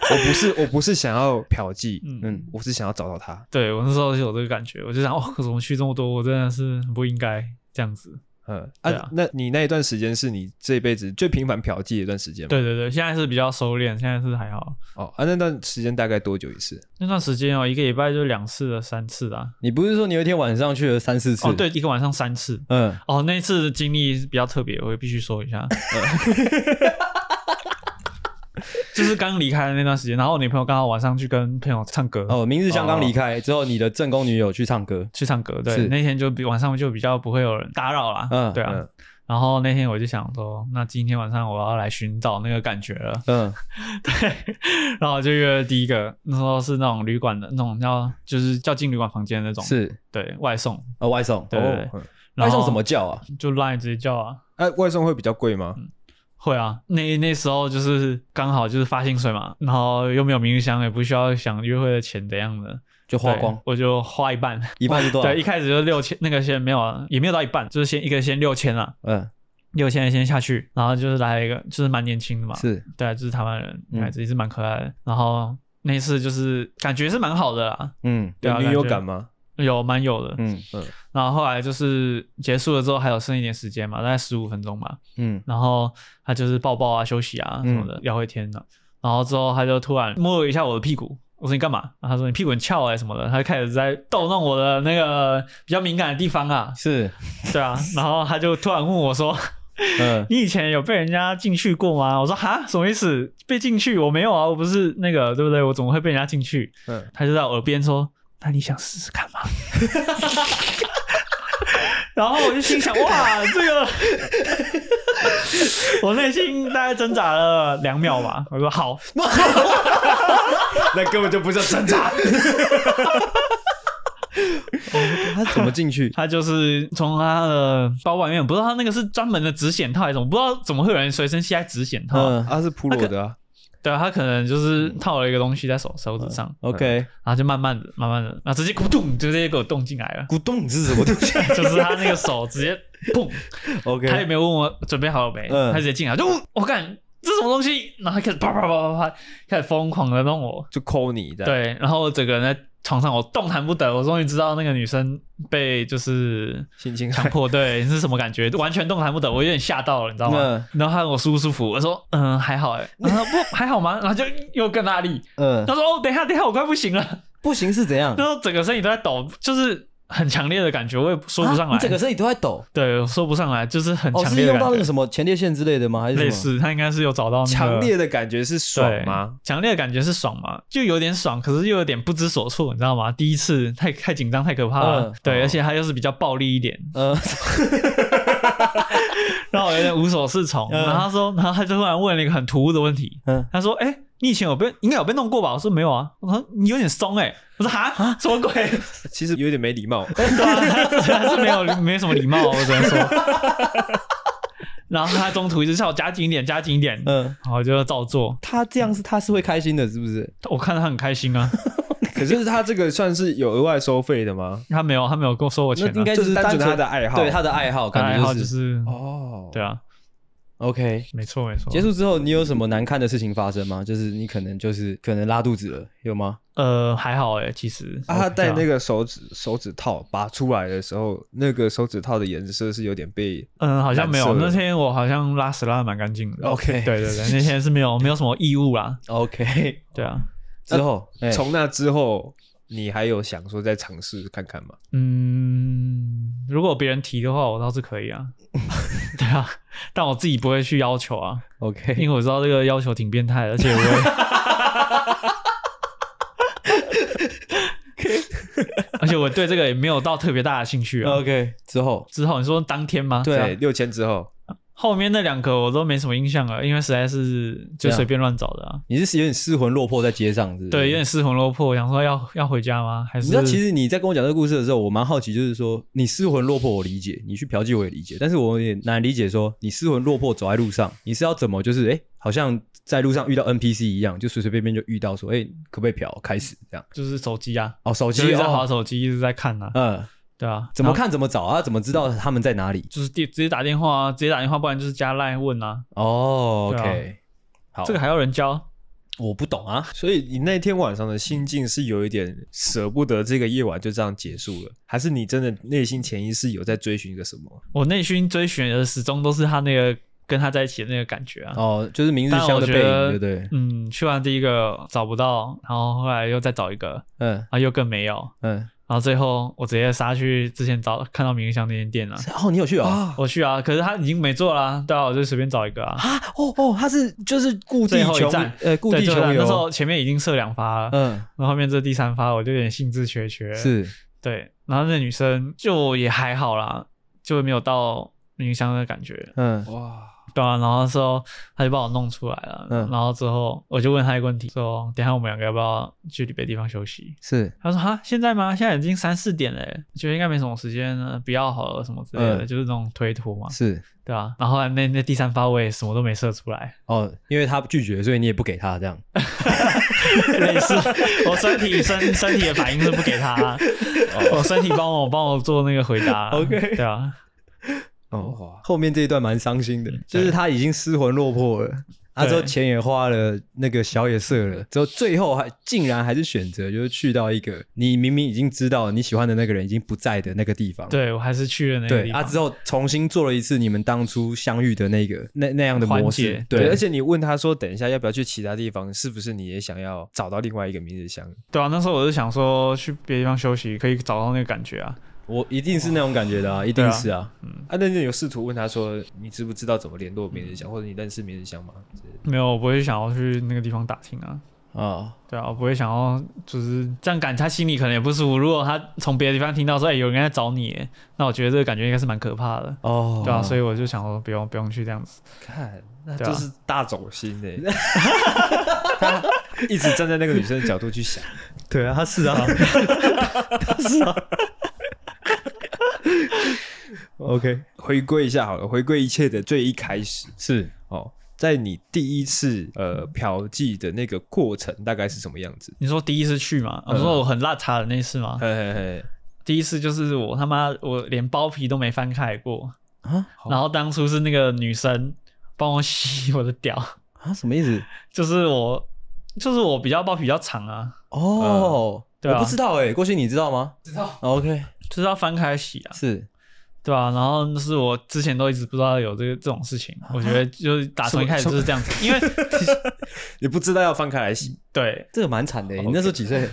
A: 我不是 我不是想要嫖妓，
B: 嗯，
C: 嗯，
A: 我是想要找到他，
B: 对我那时候就有这个感觉，我就想，哦，怎么去这么多，我真的是很不应该这样子。
A: 嗯
B: 对
A: 啊
B: 啊，
A: 那你那一段时间是你这辈子最频繁嫖妓的一段时间吗？
B: 对对对，现在是比较收敛，现在是还好。
A: 哦啊，那段时间大概多久一次？
B: 那段时间哦，一个礼拜就两次的、三次的啊、
C: 你不是说你有一天晚上去了三四次？
B: 哦，，对，一个晚上三次。
C: 嗯，
B: 哦，那一次的经历是比较特别，我必须说一下。
A: 呃
B: 就是刚离开的那段时间，然后我女朋友刚好晚上去跟朋友唱歌，
C: 哦，明日香刚离开之后，你的正宫女友去唱歌，
B: 去唱歌。
C: 是
B: 对，那天就比晚上就比较不会有人打扰啦。
C: 嗯
B: 对啊。
A: 嗯
B: 然后那天我就想说，那今天晚上我要来寻找那个感觉了。
C: 嗯，
B: 然后我就约了第一个，那时候是那种旅馆的那种要，就是叫进旅馆房间的那种，
C: 是
B: 对外送。
C: 哦，外送，
B: 对对对
C: 哦
A: 嗯
C: 外送怎么
B: 然
C: 叫啊？
B: 后就 Line 直接叫啊？
A: 哎、外送会比较贵吗？
B: 会啊，那那时候就是刚好就是发薪水嘛，然后又没有明日香，也不需要想约会的钱怎样的，
C: 就花光
B: 对，我就花一半。
C: 一半是多少
B: 对，？一开始就六千，那个先没有啊，也没有到一半，就是先一个先六千啊，
C: 嗯，
B: 六千先下去，然后就是来了一个，就是蛮年轻的嘛，
C: 是
B: 对，就是台湾人，
C: 嗯
B: 女孩子也是蛮可爱的。然后那一次就是感觉是蛮好的啦，
C: 嗯
B: 对
A: 有
B: 啊
A: 女友
B: 感觉
A: 感吗？
B: 有蛮有的。
C: 嗯
B: 然后后来就是结束了之后，还有剩一点时间嘛，大概十五分钟吧。
C: 嗯，，
B: 然后他就是抱抱啊、休息啊什么的，聊会天的、然后之后他就突然摸了一下我的屁股，我说你干嘛？然后他说你屁股很翘哎、什么的，他就开始在逗弄我的那个比较敏感的地方啊
C: 是，
B: 对啊。然后他就突然问我说：“
C: 嗯，
B: 你以前有被人家进去过吗？”我说：“哈，什么意思？被进去？我没有啊，我不是那个对不对？我怎么会被人家进去？”
A: 嗯，
B: 他就在我耳边说：“那你想试试看吗？”然后我就心想：“哇，这个！”我内心大概挣扎了两秒吧。我说：“好。
A: 那根本就不叫挣扎。
C: 他怎么进去”？
B: 他就是从他的包外面，不知道他那个是专门的止血套还是什么，不知道怎么会有人随身携带止血套。啊
C: 嗯
A: 他是普罗的啊，
B: 对啊，他可能就是套了一个东西在手手指上，
C: ，OK，
B: 然后就慢慢的、慢慢的，然后直接咕咚就直接给我动进来
C: ，
B: 了
C: 咕咚是什么东西
B: 就是他那个手直接砰。
C: ？OK，
B: 他也没有问我准备好了没，
C: 嗯
B: 他直接进来就我干这什么东西，然后他开始啪啪啪啪啪开始疯狂的弄我，
A: 就抠你的。，
B: 对，然后我整个人在床上我动弹不得，我终于知道那个女生被就是
A: 性侵
B: 强
A: 害。
B: 迫 对是什么感觉，完全动弹不得，我有点吓到了，你知道吗？
C: 嗯
B: 然后他问我舒不舒服，我说嗯还好哎、然后他说不还好吗？然后就又更大力，
C: 嗯
B: 他，说哦等一下等一下我快不行了，
C: 不行是怎样？
B: 然后整个身体都在抖，就是。很强烈的感觉，我也说不上
C: 啊
B: 来。
C: 你整个身体都在抖。
B: 对，我说不上来，就是很
C: 哦，
B: 强
C: 是
B: 烈的
C: 用
B: 感觉。
C: 到那个什么前列腺之类的吗？还是什么
B: 类？似，他应该是有找到那个
A: 强烈的感觉是爽吗？？
B: 对强烈的感觉是爽吗？就有点爽，可是又有点不知所措，你知道吗？第一次太太紧张，太可怕了。
C: 嗯
B: 对，
A: 哦
B: 而且他又是比较暴力一点，
C: 嗯，
B: 让我有点无所适从。
C: 嗯
B: 然后他说，然后他就突然问了一个很突兀的问题，
C: 嗯
B: 他说：“哎、你以前有被应该有被弄过吧？”我说：“没有啊。”我说：“你有点松哎、我说：“哈，
C: 啊
B: 什么鬼？”
A: 其实有点没礼貌。
B: 对啊，他还是没有没什么礼貌，我只能说。然后他中途一直叫我加紧一点，加紧一点，然
C: 嗯，
B: 后我就照做。
C: 他这样是他是会开心的，是 不是？
B: 我看到他很开心啊。
A: 可是他这个算是有额外收费的吗？
B: 他没有，他没有跟我收我钱、
C: 那
B: 啊，
C: 应该
A: 就
C: 只
A: 是单纯
C: 纯
A: 他的爱好
C: 对他的爱好，
B: 他的
C: 感
B: 爱
C: 觉
B: 好
C: 就
B: 就是是、
A: 哦，
B: 对啊，
C: OK，
B: 没错没错。
C: 结束之后，你有什么难看的事情发生吗？就是你可能就是可能拉肚子了，有吗？
B: 呃还好哎、其实
A: 啊，他戴那
B: 个
A: 个手指手指套拔出来的时候，那个手指套的颜色是有点被
B: 嗯、好像没有
A: 蓝色的
B: 那天我好像拉屎拉的蛮干净的。
C: OK
B: 哦对对对，那天是没有没有什么异物啦。
C: OK，
B: 对啊，
C: 之后哎
A: 从那之后，你还有想说再尝试看看吗？
B: 嗯，如果别人提的话，我倒是可 以啊。对啊，但我自己不会去要求啊，
C: OK，
B: 因为我知道这个要求挺变态的，而且 我也，而且我对这个也没有到特别大的兴趣啊。
C: OK 之后，
B: 之后你说当天吗？
C: 对啊
A: 六千之后，
B: 后面那两个我都没什么印象了，因为实在是就随便乱找的啊。
C: 你是有点失魂落魄在街上，是不是？
B: 对，有点失魂落魄，想说要要回家吗？还是
C: 你知道，其实你在跟我讲这个故事的时候，我蛮好奇，就是说你失魂落魄，我理解；你去嫖妓，我也理解。但是我也难理解说，你失魂落魄走在路上，你是要怎么就是哎、诶好像在路上遇到 NPC 一样，就随随便便就遇到说，哎、可不可以嫖？开始这样
B: 就是手机啊，
C: 哦，手
B: 手
C: 机
B: 在划
C: 哦，
B: 手机，一直在看啊，
C: 嗯，
B: 对啊，
C: 怎么
B: 然后？
C: 看怎么找啊？怎么知道
A: 嗯
C: 他们在哪里？
B: 就是电直接打电话啊，直接打电话，不然就是加赖问啊。
C: 哦
B: 对啊
C: ，OK，好，
B: 这个还要人教？
C: 我不懂啊，
A: 所以你那天晚上的心境是有一点舍不得这个夜晚就这样结束了，还是你真的内心潜意识有在追寻一个什么？
B: 我内心追寻的始终都是他那个跟他在一起的那个感觉啊。
C: 哦，就是明日
B: 但
C: 香
B: 我
C: 的
B: 觉
C: 背
B: 得，
C: 影，对不对？
B: 嗯，去完第一个找不到，然后后来又再找一个，
C: 嗯
B: 啊，又更没有，
C: 嗯，
B: 然后最后我直接杀去之前找看到明日香那间店了、
C: 哦，你有去哦？
B: 我去啊，可是他已经没做啦、对啊，我就随便找一个啊。
C: 啊，哦哦，他是就是故地
B: 最后一
C: 穷
B: 站
C: 呃故
B: 哎对
C: 地
B: 最
C: 穷
B: 后一站
C: 游，
B: 那时候前面已经射两发了，
C: 嗯
B: 然后后面这第三发我就有点兴致缺缺。，
C: 是
B: 对。然后那女生就也还好啦，就没有到明日香的感觉。
C: 嗯
A: 哇，
B: 对啊，然后那时候他就帮我弄出来了，
C: 嗯
B: 然后之后我就问他一个问题，说等一下我们两个要不要去别的地方休息？
C: 是
B: 他说哈，现在吗？现在已经三四点了耶，觉得应该没什么时间了，不要好了什么之类的，
C: 嗯
B: 就是那种推脱嘛，
C: 是
B: 对吧、然后后来那那第三发我也什么都没射出来，
C: 哦，因为他拒绝，所以你也不给他这样。
B: 类似我身体身身体的反应是不给他，我身体帮我帮我做那个回答
C: 哦 OK
B: 对啊，
A: 哦，
C: 后面这一段蛮伤心的，就是他已经失魂落魄了，他
B: 对
C: 之后钱也花了，那个小也射了，之后最后还竟然还是选择就是去到一个你明明已经知道你喜欢的那个人已经不在的那个地方。
B: 对我还是去了那个
C: 对，
B: 地
C: 他、
B: 方，
C: 之后重新做了一次你们当初相遇的那个那那样的模
B: 环
C: 式
B: 节，
A: 对，
C: 对，
A: 而且你问他说等一下要不要去其他地方，是不是你也想要找到另外一个明日香？
B: 对啊，那时候我就想说去别的地方休息，可以找到那个感觉啊，
C: 我一定是那种感觉的啊，一定是啊，
A: 哦啊，那你有试图问他说你知不知道怎么联络明日
C: 嗯
A: 香，或者你认识明日香吗？之类的
B: 没有，我不会想要去那个地方打听啊。
C: 啊，
B: 对啊，我不会想要，就是这样感，他心里可能也不舒服。如果他从别的地方听到说，哎、有人在找你耶，那我觉得这个感觉应该是蛮可怕的，
C: 哦，
B: 对啊，所以我就想说，不用不用去这样子。
A: 看，那
B: 对啊
A: 就是大走心的、他一直站在那个女生的角度去想，
C: 对啊，他是啊，他是啊。OK，
A: 回归一下好了，回归一切的最一开始
C: 是
A: 哦，在你第一次呃嫖妓的那个过程大概是什么样子？
B: 你说第一次去嘛？我说我很邋遢的那次嘛，
A: 嘿
C: 嗯
A: 嘿嘿，
B: 第一次就是我他妈我连包皮都没翻开过，
C: 啊
B: 然后当初是那个女生帮我洗我的屌，
C: 啊，什么意思？
B: 就是我就是我比较包皮比较长啊，
C: 哦，
B: 对啊
C: 我不知道哎、欸，过去你知道吗？知道。OK，
B: 就是要翻开洗啊。
C: 是
B: 对啊，然后是我之前都一直不知道有这个这种事情，我
C: 啊
B: 觉得就是打从一开始就是这样子，因为
A: 也不知道要翻开来洗
B: 对
C: 这个蛮惨的、欸。你那时候几岁？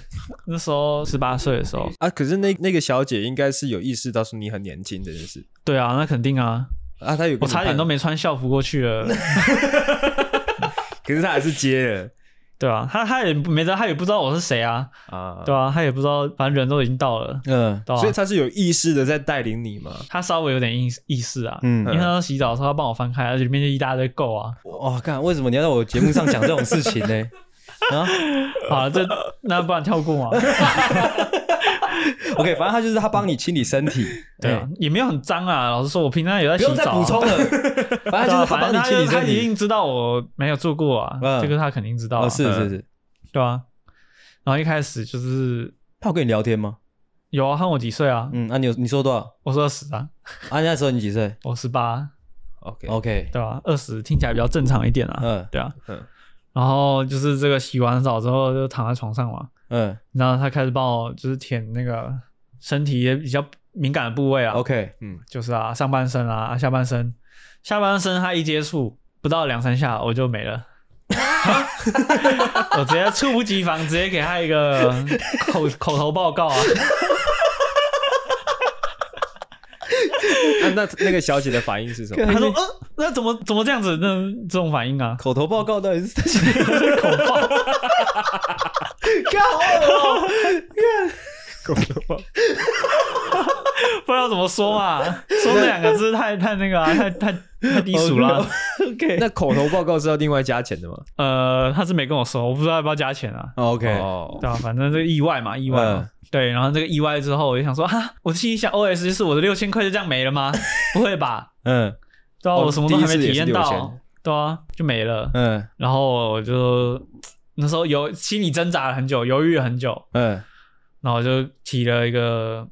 B: 那时候十八岁的时候，
A: 啊。可是那那个小姐应该是有意识到说你很年轻这件事
B: 对啊，那肯定啊，
A: 啊，她有
B: 我差点都，没穿校服过去了，
A: 可是她还是接了
B: 对啊，他他也没知道，他也不知道我是谁啊，
A: 啊，
B: 对啊，他也不知道，反正人都已经到了，
C: 嗯
B: 对啊
A: 所以她是有意识的在带领你嘛。
B: 他稍微有点意意识啊，因为
C: 嗯，
B: 他要洗澡的时候他帮我翻开，而且里面就一大堆垢啊，
C: 哇，干，为什么你要在我节目上讲这种事情呢、啊
B: 好了，这那不然跳过 嘛，
C: ，OK，反正他就是他帮你清理身体，
B: 对啊
C: 欸，，
B: 也没有很脏啊，老实说，我平常也在洗
C: 不用再
B: 澡啊、
C: 补充了， 反正
B: 对啊
C: 就是他
B: 反
C: 帮
B: 正他
C: 你清
B: 就
C: 理
B: 他
C: 身
B: 一
C: 体，
B: 定知道我没有做过啊，
C: 嗯
B: 这个他肯定知道啊、
C: 哦，是是是，
B: 对啊。然后一开始就是
C: 他有跟你聊天吗？
B: 有
C: 嗯
B: 啊，看我几岁啊？
C: 嗯，啊，你有你说多少？
B: 我是二十啊，
C: 啊，那时候你几岁？
B: 我十八，
A: OK，
C: OK，
B: 对吧？二十听起来比较正常一点啊，
C: 嗯
B: 对啊，
A: 嗯
B: 然后就是这个洗完澡之后就躺在床上嘛，
C: 嗯
B: 然后他开始帮我就是舔那个身体也比较敏感的部位啊
C: ，OK，
B: 就是啊上半身啊下半身，下半身他一接触不到两三下我就没了。 我直接猝不及防，直接给他一个口口头报告啊！
A: 啊那那那个小姐的反应是什么？
B: 他说：“呃，那怎么怎么这样子？那这种反应啊？
C: 口头报告到底是
B: 口爆！
A: 狗头报
B: 不知道怎么说嘛，说这两个字太太那个啊，太太太低俗了。啊
C: OK
A: 那口头报告是要另外加钱的吗？
B: 呃，他是没跟我说，我不知道要不要加钱啊。
C: OK，
A: 哦
B: 对啊，反正这个意外嘛，意外嘛。
C: 嗯
B: 对，然后这个意外之后，我就想说，哈，我心里想，OS 就是我的六千块就这样没了吗？ 不会吧？
C: 嗯
B: 对啊，
A: 哦
B: 我什么都还没
A: 第一次也
B: 体
A: 是
B: 验到
A: 6000，
B: 对啊，就没了。
C: 嗯
B: 然后我就那时候犹心里挣扎了很久，犹豫了很久，
C: 嗯，
B: 然后我就提了一个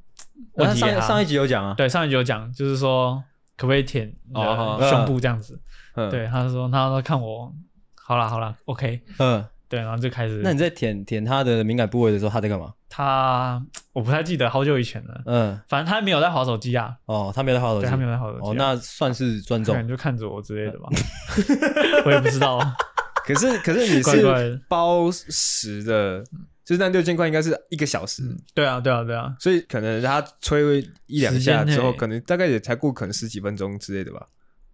B: 问
C: 那
B: 题给他。
C: 上上一集有讲啊，
B: 对，上一集有讲，就是说可不可以舔你
A: 哦
B: 的胸部这样子。
A: 嗯
B: 对，他说，他说看我，好啦好啦 o k
C: 嗯，
B: 对，然后就开始。
C: 那你在舔舔他的敏感部位的时候，他在干嘛？
B: 他我不太记得，好久以前了。
C: 嗯，
B: 反正他没有在划手机啊，
C: 哦，他没有在划手
B: 对
C: 机，
B: 他没有在划手机啊、
C: 哦，那算是尊
B: 可
C: 重
B: 能就看着我之类的吧， 我也不知道。
A: 可是可是你
B: 怪怪
A: 是
B: 的
A: 包时的，就是那六千块应该是一个小时，
B: 对啊，对啊，对啊，
A: 所以可能他吹一两下
B: 时间内
A: 之后，可能大概也才过可能十几分钟之类的吧。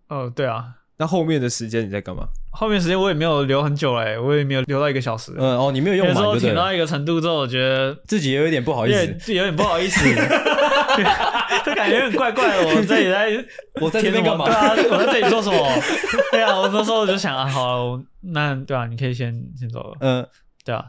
B: 哦，对啊。
A: 那后面的时间你在干嘛？
B: 后面时间我也没有留很久哎、我也没有留到一个小时。
C: 嗯，哦，你没有
B: 有
C: 用
B: 时
C: 完
B: 候
C: 就对
B: 舔
C: 了，
B: 到一个程度之后，我觉得
C: 自己也有一点不好意
B: 有
C: 思
B: 点。有点不好意思， 就感觉有点怪怪的。我这里在
C: 我在这边
B: 什
C: 干
B: 么
C: 嘛
B: 对？啊，我在这里做什么？ 对啊，我那时候我就想啊，好我那对啊，你可以先先走了，
C: 嗯
B: 对啊。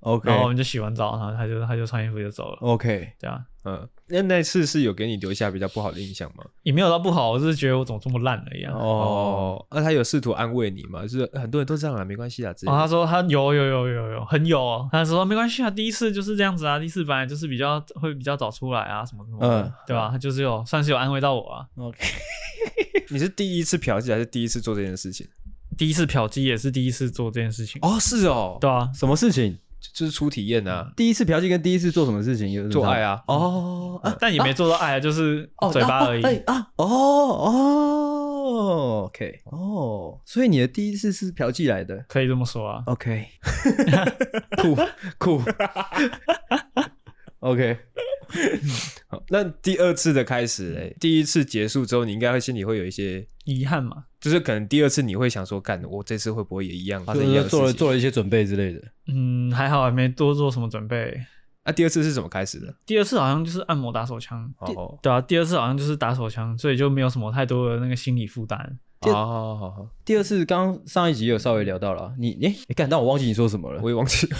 C: ，OK
B: 然后我们就洗完澡，然后他就他就穿衣服就走了，
C: OK，
B: 对啊。
A: 嗯，那那次是有给你留下比较不好的印象吗？
B: 也没有到不好，我只是觉得我怎么这么烂而已啊。哦，
C: 哦，，
A: 那他有试图安慰你吗？就是很多人都这样啊，没关系啊，之类
B: 他
A: 的。
B: 说他有有有有有很有、哦，他说没关系啊，第一次就是这样子啊，第一次本来就是比较会比较早出来啊，什么什么的，
C: 嗯
B: 对吧、他就是有算是有安慰到我啊。
A: 你是第一次嫖妓还是第一次做这件事情？
B: 第一次嫖妓也是第一次做这件事情，
A: 哦，是哦，
B: 对啊，
C: 什么事情？
A: 就就是初体验啊，
C: 第一次嫖妓跟第一次做什么事情有什么
A: 做
C: 差别
A: 爱？啊。
C: 哦，啊
B: 但也没做到爱，就是
C: 哦，
B: 嘴巴
C: 啊
B: 而已。
C: 哎啊，哦哦，OK，哦，所以你的第一次是嫖妓来的
B: 可以这么说啊，
C: ，OK，酷
A: 嗯
C: 酷，OK，
A: 好那第二次的开始、
C: 嗯
A: 欸，第一次结束之后，你应该会心里会有一些，
B: 遗憾嘛，
A: 就是可能第二次你会想说，干，我这次会不会也一样发
C: 就
A: 生一样
C: 是
A: 的
C: 啊做了
A: 事情？
C: 做了一些准备之类的，
B: 嗯，还好还没多做什么准备。
A: 那、啊第二次是怎么开始的？
B: 第二次好像就是按摩打手枪，
A: 哦
B: 对啊，第二次好像就是打手枪，所以就没有什么太多的那个心理负担。
A: 哦，好好好，
C: 第二次刚上一集有稍微聊到了，啊你诶，你干，但我忘记你说什么了
A: 我。也忘记了。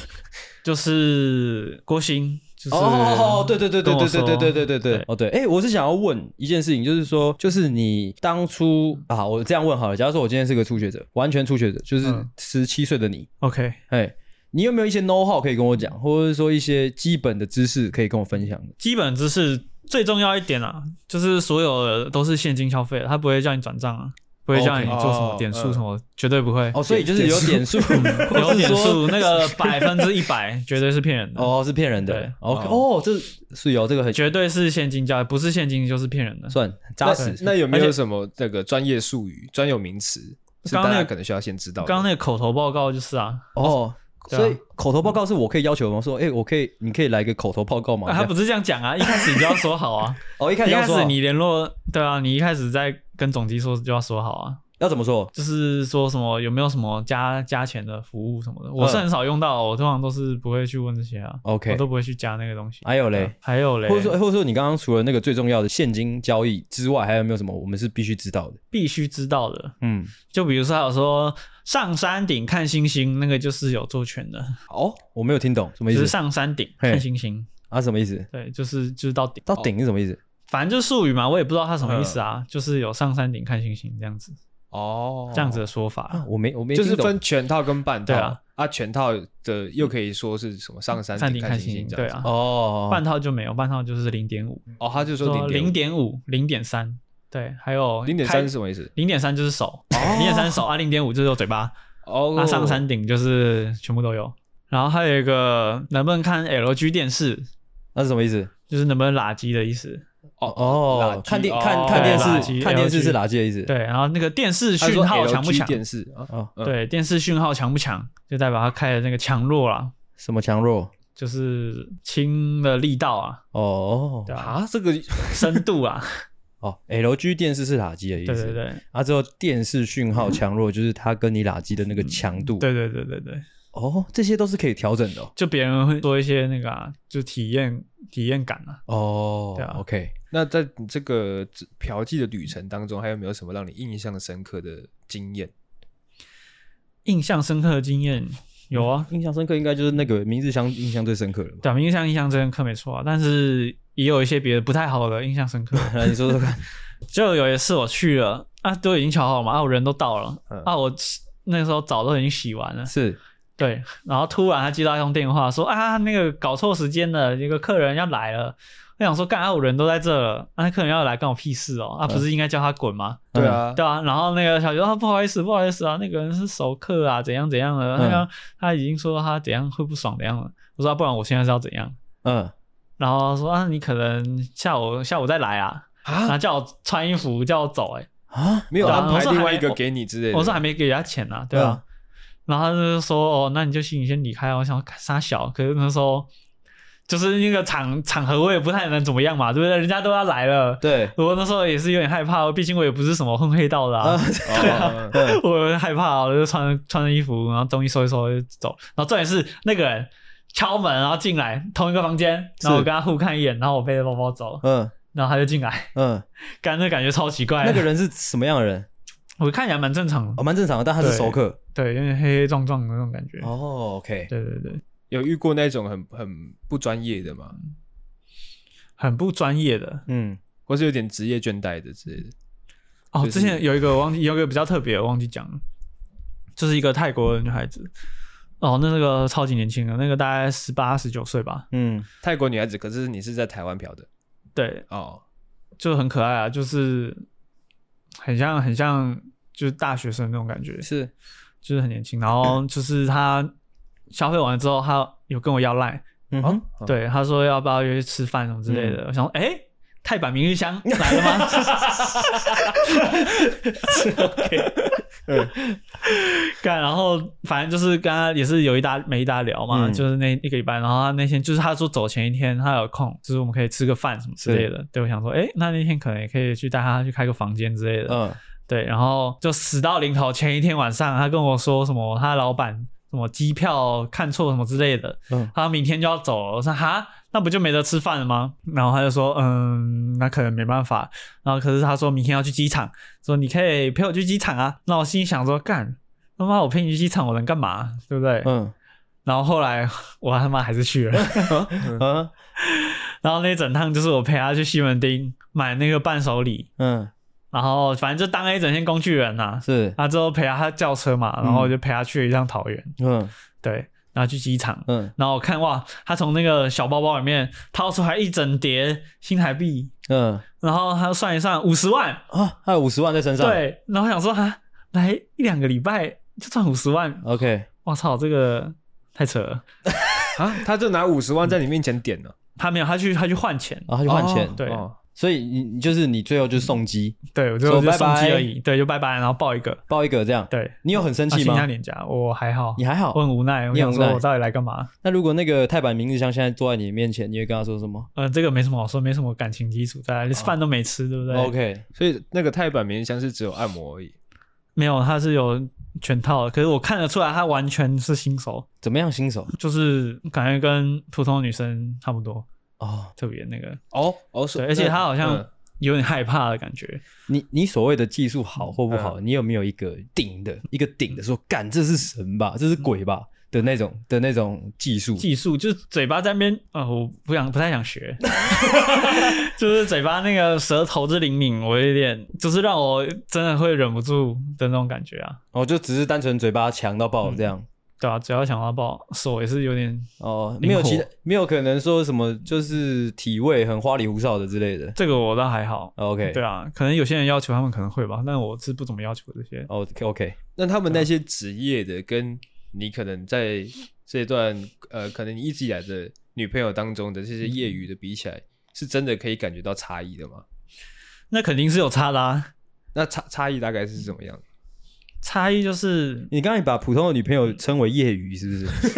B: 就是郭鑫，就是
C: 哦，对对对
B: 跟
C: 对
B: 我
C: 对
B: 说
C: 对对对对对对，哦对，哎，我是想要问一件事情，就是说，就是你当初啊，我这样问好了，假如说我今天是个初学者，完全初学者，就是
B: 嗯
C: 十七岁的你，
B: ，OK，
C: 哎，你有没有一些 know how 可以跟我讲，或者是说一些基本的知识可以跟我分享的？
B: 基本知识最重要一点啊，就是所有的都是现金消费，他不会叫你转账啊，不会叫你做什么点数什么，绝对不会。
C: 哦，所以就是有点数，
B: 有
C: 有
B: 点数，那个百分之一 百绝对是骗人的。
C: 哦，是骗人的
B: 对。
C: OK，哦，这是有这个很
B: 绝对是现金交易，不是现金就是骗人的。
C: 算很扎实。
A: 那有没
B: 而
A: 有
B: 且
A: 什么那个专业术语、专有名词是
B: 刚刚
A: 大家
B: 那个
A: 可能需要先知道
B: 刚
A: 的？
B: 刚那个口头报告就是啊，
C: 哦，
B: 对啊
C: 所以口头报告是我可以要求吗？说，哎，我可以，你可以来一个口头报告吗？
B: 啊他不是这样讲啊，一开始你就要说好啊，
C: 哦， 一开
B: 一
C: 始要
B: 开
C: 说
B: 始你联络，对啊，你一开始在跟总机说就要说好啊，
C: 要怎么说？
B: 就是说什么有没有什么加加钱的服务什
A: 嗯
B: 么的，我是很少用到，我通常都是不会去问这些啊
C: OK
B: 我都不会去加那个东西。
A: 哎
C: 还有嘞，
B: 还有嘞，
C: 或者
A: 呃
C: 说，或者说你刚刚除了那个最重要的现金交易之外，还有没有什么我们是必须知道的？
B: 必须知道的，
C: 嗯，
B: 就比如说还有说上山顶看星星，那个就是有做权的，
C: 哦，我没有听懂什么
B: 就
C: 意
B: 是
C: 思
B: 上山顶
C: 嘿
B: 看星星，
C: 啊？什么意思？
B: 对，就是就是到顶，
C: 到顶是什么意思？
B: 反正就是术语嘛，我也不知道它
A: 嗯
B: 什么意思啊，就是有上山顶看星星这样子，
A: 哦
B: 这样子的说法。
C: 啊，我没我没
A: 就是
C: 听懂
A: 分全套跟半套
B: 对啊。
A: 啊，全套的又可以说是什么上山
B: 山
A: 顶
B: 顶
A: 看
B: 看
A: 星
B: 星
A: 星
B: 星，
A: 这
B: 对
A: 样子。
B: 啊，
C: 哦，
B: 半套就没有，半套就是零点五，
A: 哦，他就说
B: 说
A: 零
B: 零点五、零点三，对，还有
A: 零点三是什么意思？
B: 零点三就是手， 零点三手啊，零点五就是有嘴巴，
A: 哦
B: 那啊上山顶就是全部都有。然后还有一个能不能看 LG 电视，
C: 那是什么意思？
B: 就是能不能拉机的意思。
A: 哦垃
C: 哦，
A: 圾
C: 看电
A: 哦
C: 看看电
B: 垃
C: 视，
B: 圾
C: 看电视
B: LG
C: 是垃圾的意思。
B: 对，然后那个电视
A: 他说
B: 讯号强不
A: LG
B: 强？
A: 电视啊，
C: 哦，
A: 嗯
B: 对，电视讯号强不强，就代表它开的那个强弱啦，
C: 什么强弱？
B: 就是轻的力道啊，
C: 哦
B: 对吧？
A: 啊，这个
B: 深 度啊，
C: 哦，LG 电视是垃圾的意思。
B: 对对对
C: 啊，之后电视 讯号强弱就是它跟你垃圾的那个强
B: 嗯
C: 度。
B: 对对对对对，
C: 哦，这些都是可以调整的哦。
B: 就别人会做一些那个啊，就体验体验感啊。
C: 哦，
B: 对啊
C: o k
A: 那在你这个这嫖妓的旅程当中，还有没有什么让你印象深刻的经
B: 嗯
A: 验？
B: 印象深刻的经验有啊，
C: 印象深刻应该就是那个明日香印象最深刻了吧？
B: 短名印象印象深刻没错啊，但是也有一些别的不太好的印象深刻。
C: 来，你说说看。
B: 就有一次我去了啊，都已经瞧好了嘛，啊，我人都到了、
A: 嗯
B: 啊，我那时候澡都已经洗完了，
C: 是
B: 对，然后突然他接到一通电话说啊，那个搞错时间了，有个客人要来了。我想说，干啊，我人都在这了，啊，那客人要来干我屁事哦，啊，不是应该叫他滚吗？
A: 对啊，
B: 对啊，然后那个小姐说、啊、不好意思，不好意思啊，那个人是熟客啊，怎样怎样的，那个他已经说他怎样会不爽怎样了。我说、啊不然我现在是要怎样？
C: 嗯，
B: 然后说啊，你可能下午下午再来啊，然后
A: 啊，
B: 叫我穿衣服，叫我走、欸，
C: 啊，
A: 没有
B: 对啊
A: 安
B: 我
A: 排
B: 是
A: 另外
B: 还
A: 一个给你之类的。
B: 我是还没给他钱呢、啊，对啊。然后他就说：“哦，那你就请你先离开啊。”我想傻小，可是那时候就是那个场场合，我也不太能怎么样嘛，对不对？人家都要来了，
C: 对，
B: 我那时候也是有点害怕，毕竟我也不是什么混黑道的、 啊，
A: 对啊，嗯
B: 我有点害怕，我就穿穿着衣服，然后东西收一收就走。然后重点是那个人敲门，然后进来同一个房间，然后我跟他互看一眼，然后我背着包包走，
C: 嗯
B: 然后他就进来，
C: 嗯，
B: 感觉感觉超奇怪的。
C: 那个人是什么样的人？
B: 我看起来蛮正常
C: 哦，
B: 的，
C: 蛮正常的，但他是
B: 对
C: 熟客。
B: 对，有点黑黑壮壮的那种感觉。
C: 哦，OK，
B: 对对对。
A: 有遇过那种很很不专业的嘛，
B: 很不专业的
C: 嗯，
A: 或是有点职业倦怠的之类的。就
B: 哦。
A: 是
B: 之前有一个我忘记，有一个比较特别，我忘记讲了，就是一个泰国的女孩子。哦，那那个超级年轻的，那个大概十八十九岁吧，
C: 嗯，
A: 泰国女孩子，可是你是在台湾嫖的
B: 对，
A: 哦，
B: 就很可爱啊，就是很像很像就是大学生那种感觉，
C: 是
B: 就是很年轻。然后就是她消费完之后，她有跟我要赖，
C: 嗯
B: 啊
C: 哼，
B: 对，她说要不要约去吃饭什么之类的。我想说，哎、泰版明日香来了 吗？ 嗯干，然后反正就是跟他也是有一搭没一搭聊嘛，
C: 嗯
B: 就是那一个礼拜，然后他那天就是他说走前一天他有空，就是我们可以吃个饭什么之类的。对我想说，哎，那那天可能也可以去带他去开个房间之类的。
C: 嗯，
B: 对，然后就死到临头，前一天晚上他跟我说什么，他老板什么机票看错什么之类的，
C: 嗯
B: 他明天就要走了。我说哈，那不就没得吃饭了吗？然后他就说，嗯，那可能没办法。然后可是他说明天要去机场，说你可以陪我去机场啊。那我心里想说，干他妈我陪你去机场，我能干嘛？对不对？
C: 嗯
B: 然后后来我他妈还是去了。
C: 嗯
B: 然后那一整趟就是我陪他去西门町买那个伴手礼，
C: 嗯，
B: 然后反正就当一整天工具人呐、
C: 是，
B: 啊，之后陪他他叫车嘛，然后我就陪他去了一趟桃园，
C: 嗯
B: 对，然后去机场，
C: 嗯
B: 然后我看哇，他从那个小包包里面掏出来一整叠新台币，
C: 嗯，
B: 然后他算一算五十万，
C: 啊，还有五十万在身上，
B: 对，然后我想说哈，来一两个礼拜就赚五十万，
C: ，OK，
B: 我操，这个太扯了。
A: 啊，他就拿五十万在你面前点了，
B: 他没有，他去嗯他去换钱，
C: 然后他就换
A: 哦
C: 钱，
B: 对
A: 哦
C: 所以你你就是你最后就是送机
B: 对我就
C: 说
B: 就
C: 拜
B: 送
C: 拜
B: 机而已，对，就拜拜，然后报一个，
C: 报一个这样，
B: 对，
C: 你有很生
B: 啊
C: 气
B: 请假
C: 吗？
B: 年假，我还好，
C: 你还好
B: 我，很无奈，我
C: 你很
B: 想
C: 无
B: 说
C: 奈
B: 我到底来干嘛？
C: 那如果那个泰版明日香现在坐在你面前，你会跟他说什么
B: 嗯，这个没什么好说，没什么感情基础，在饭都没吃，对不对
C: 哦？OK，
A: 所以那个泰版棉香是只有按摩而已，
B: 没有，他是有全套的，可是我看得出来他完全是新手，
C: 怎么样新手？
B: 就是感觉跟普通女生差不多，
C: 哦，
B: 特别那个
A: 哦哦，所以
B: 对而且他好像
A: 嗯
B: 有点害怕的感觉。
C: 你你所谓的技术好或不
B: 嗯
C: 好，你有没有一个顶的一个顶的说干这是神吧，这是鬼吧的那种的那种技术？
B: 技术就是嘴巴在那边，啊、我不想不太想学， 就是嘴巴那个舌头之灵敏，我有点就是让我真的会忍不住的那种感觉啊。
C: 哦，就只是单纯嘴巴强到爆这样。
B: 对啊，只要想到爆，手也是有点，
C: 哦，
B: 灵
C: 没有其
B: 活
C: 他，没有可能说什么就是体味很花里胡哨的之类的。
B: 这个我倒还好。
C: OK，
B: 对啊，可能有些人要求他们可能会吧，但我是不怎么要求这些。
C: 哦，OK，
A: 那他们那些职业的，跟你可能在这段呃，可能你一直以来的女朋友当中的这些业
C: 嗯
A: 余的比起来，是真的可以感觉到差异的吗？
B: 那肯定是有差的啊，
A: 那差差异大概是怎么样？
B: 差异就是
C: 你刚才把普通的女朋友
A: 嗯
C: 称为业余是 不是？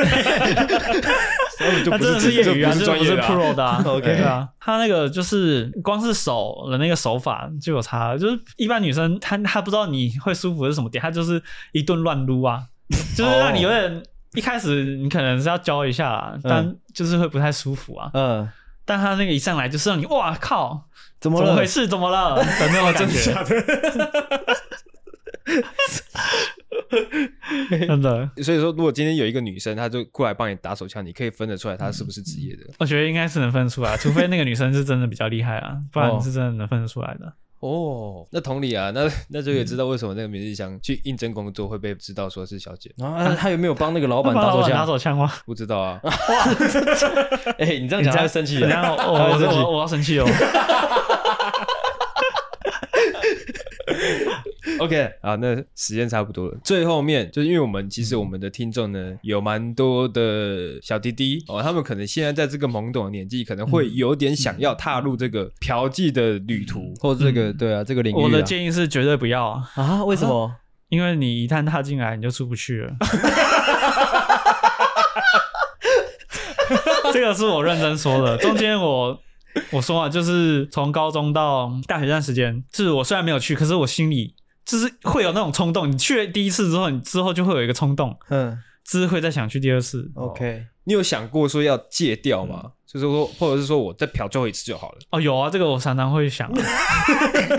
A: 就
B: 他
A: 不
B: 真的
A: 是
B: 是业余啊，
A: 这
B: 这
A: 不是专
B: 不
A: 业
B: 是
A: 的啊
B: pro 的啊。
C: OK
B: 对啊，他那个就是光是手的那个手法就有差，就是一般女生她她不知道你会舒服是什么点，她就是一顿乱 撸啊，就是让你有点。一开始你可能是要教一下
A: 嗯
B: 啦，但就是会不太舒服啊。
C: 嗯，
B: 但他那个一上来就是让你哇靠，怎
C: 怎么
B: 么
C: 了
B: 回？事？怎么 了？的那种感觉，真的，
A: 所以说，如果今天有一个女生，她就过来帮你打手枪，你可以分得出来她是不
C: 嗯
A: 是职业的。
B: 我觉得应该是能分 出来，除非那个女生是真的比较厉害啊，不然
C: 哦
B: 是真的能分得出来的。
A: 哦，那同理啊，
C: 嗯
A: 那 那就也知道为什么那个明日香去应征工作会被知道说是小姐，
C: 啊，他有没有帮 那个老
B: 老
C: 板打手
B: 打
C: 枪？
B: 手枪吗？
A: 不知道啊。
C: 哎，你这样讲他会 生气
B: 然
C: 的。
B: 后我
C: 他会生气
B: 我我要生气哦。
A: OK 啊，那时间差不多了。最后面就是因为我们其实我们的听众呢有蛮多的小弟弟哦，他们可能现在在这个懵懂的年纪，可能会有点想要踏入这个嫖妓的旅途。
C: 或者这
A: 嗯
C: 个对啊，这 个领
B: 我
C: 域
B: 的
C: 啊
B: 建议是绝对不要啊，
C: 啊，为什么？
B: 因为你一旦踏进来，你就出不去了。 这个是我认真说的，中间我。我说啊，就是从高中到大学那段时间，就是我虽然没有去，可是我心里就是会有那种冲动。你去了第一次之后，你之后就会有一个冲动，
C: 嗯
B: 就是会再想去第二次。
C: ，OK，
A: 你有想过说要戒掉吗？就是说，或者是说我再嫖最后一次就好了。
B: 哦，有啊，这个我常常会 想啊，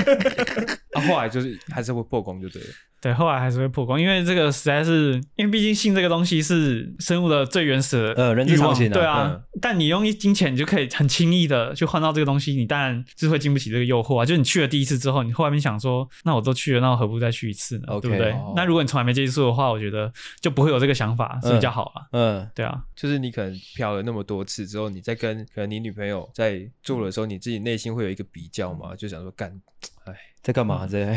A: 啊，后来就是还是会破功就对了。
B: 对，后来还是会破功，因为这个实在是，因为毕竟性这个东西是生物的最原始的
C: 呃人之
B: 欲望
C: 常情啊
B: 对啊。但你用一金钱，你就可以很轻易的去换到这个东西，你当然就是会经不起这个诱惑啊。就是你去了第一次之后，你后面想说，那我都去了，那我何不再去一次呢
C: OK，
B: 对不对？
A: 哦
B: 那如果你从来没接触的话，我觉得就不会有这个想法，是比较好啊。
C: 嗯，
B: 对啊，
A: 就是你可能嫖了那么多次之后，你再跟可能你女朋友在做的时候，你自己内心会有一个比较嘛，就想说干，哎，
C: 在干嘛？ 在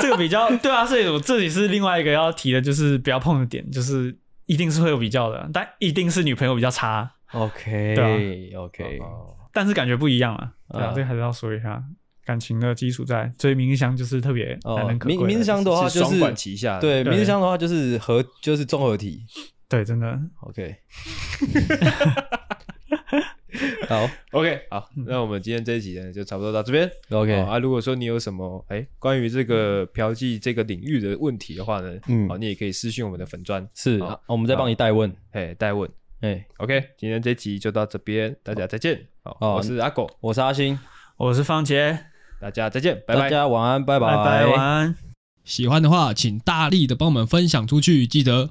B: 这个比较对啊，所以我这里是另外一个要提的，就是不要碰的点，就是一定是会有比较的，但一定是女朋友比较差，
C: OK
B: 对
C: OK，
A: 哦
B: 但是感觉不一样啊。对啊，
C: 嗯
B: 这个还是要说一下感情的基础在，所以冥想就是特别难能可贵
C: 明
B: 的。
C: 明商的话
A: 是
C: 就
A: 双
C: 是
A: 管齐下的。
C: 对，
B: 对
C: 明商的话就是合就是综合体。
B: 对，真的
C: OK，好
A: OK，好，那我们今天这一集呢就差不多到这边。
C: 嗯 OK，
A: 哦啊，如果说你有什么哎关于这个嫖妓这个领域的问题的话呢，
C: 嗯
A: 哦，你也可以私信我们的粉砖，
C: 是，
A: 好
C: 啊我们再帮你代问。
A: 哎，代问。
C: 哎，
A: OK，今天这集就到这边，大家再见。好，
C: 哦
A: 我是阿狗，
C: 我是阿星，
B: 我是方杰，
A: 大家再见，拜
C: 大
A: 拜。
C: 家晚安，拜
B: 拜拜，晚安。
E: 喜欢的话，请大力的帮我们分享出去。记得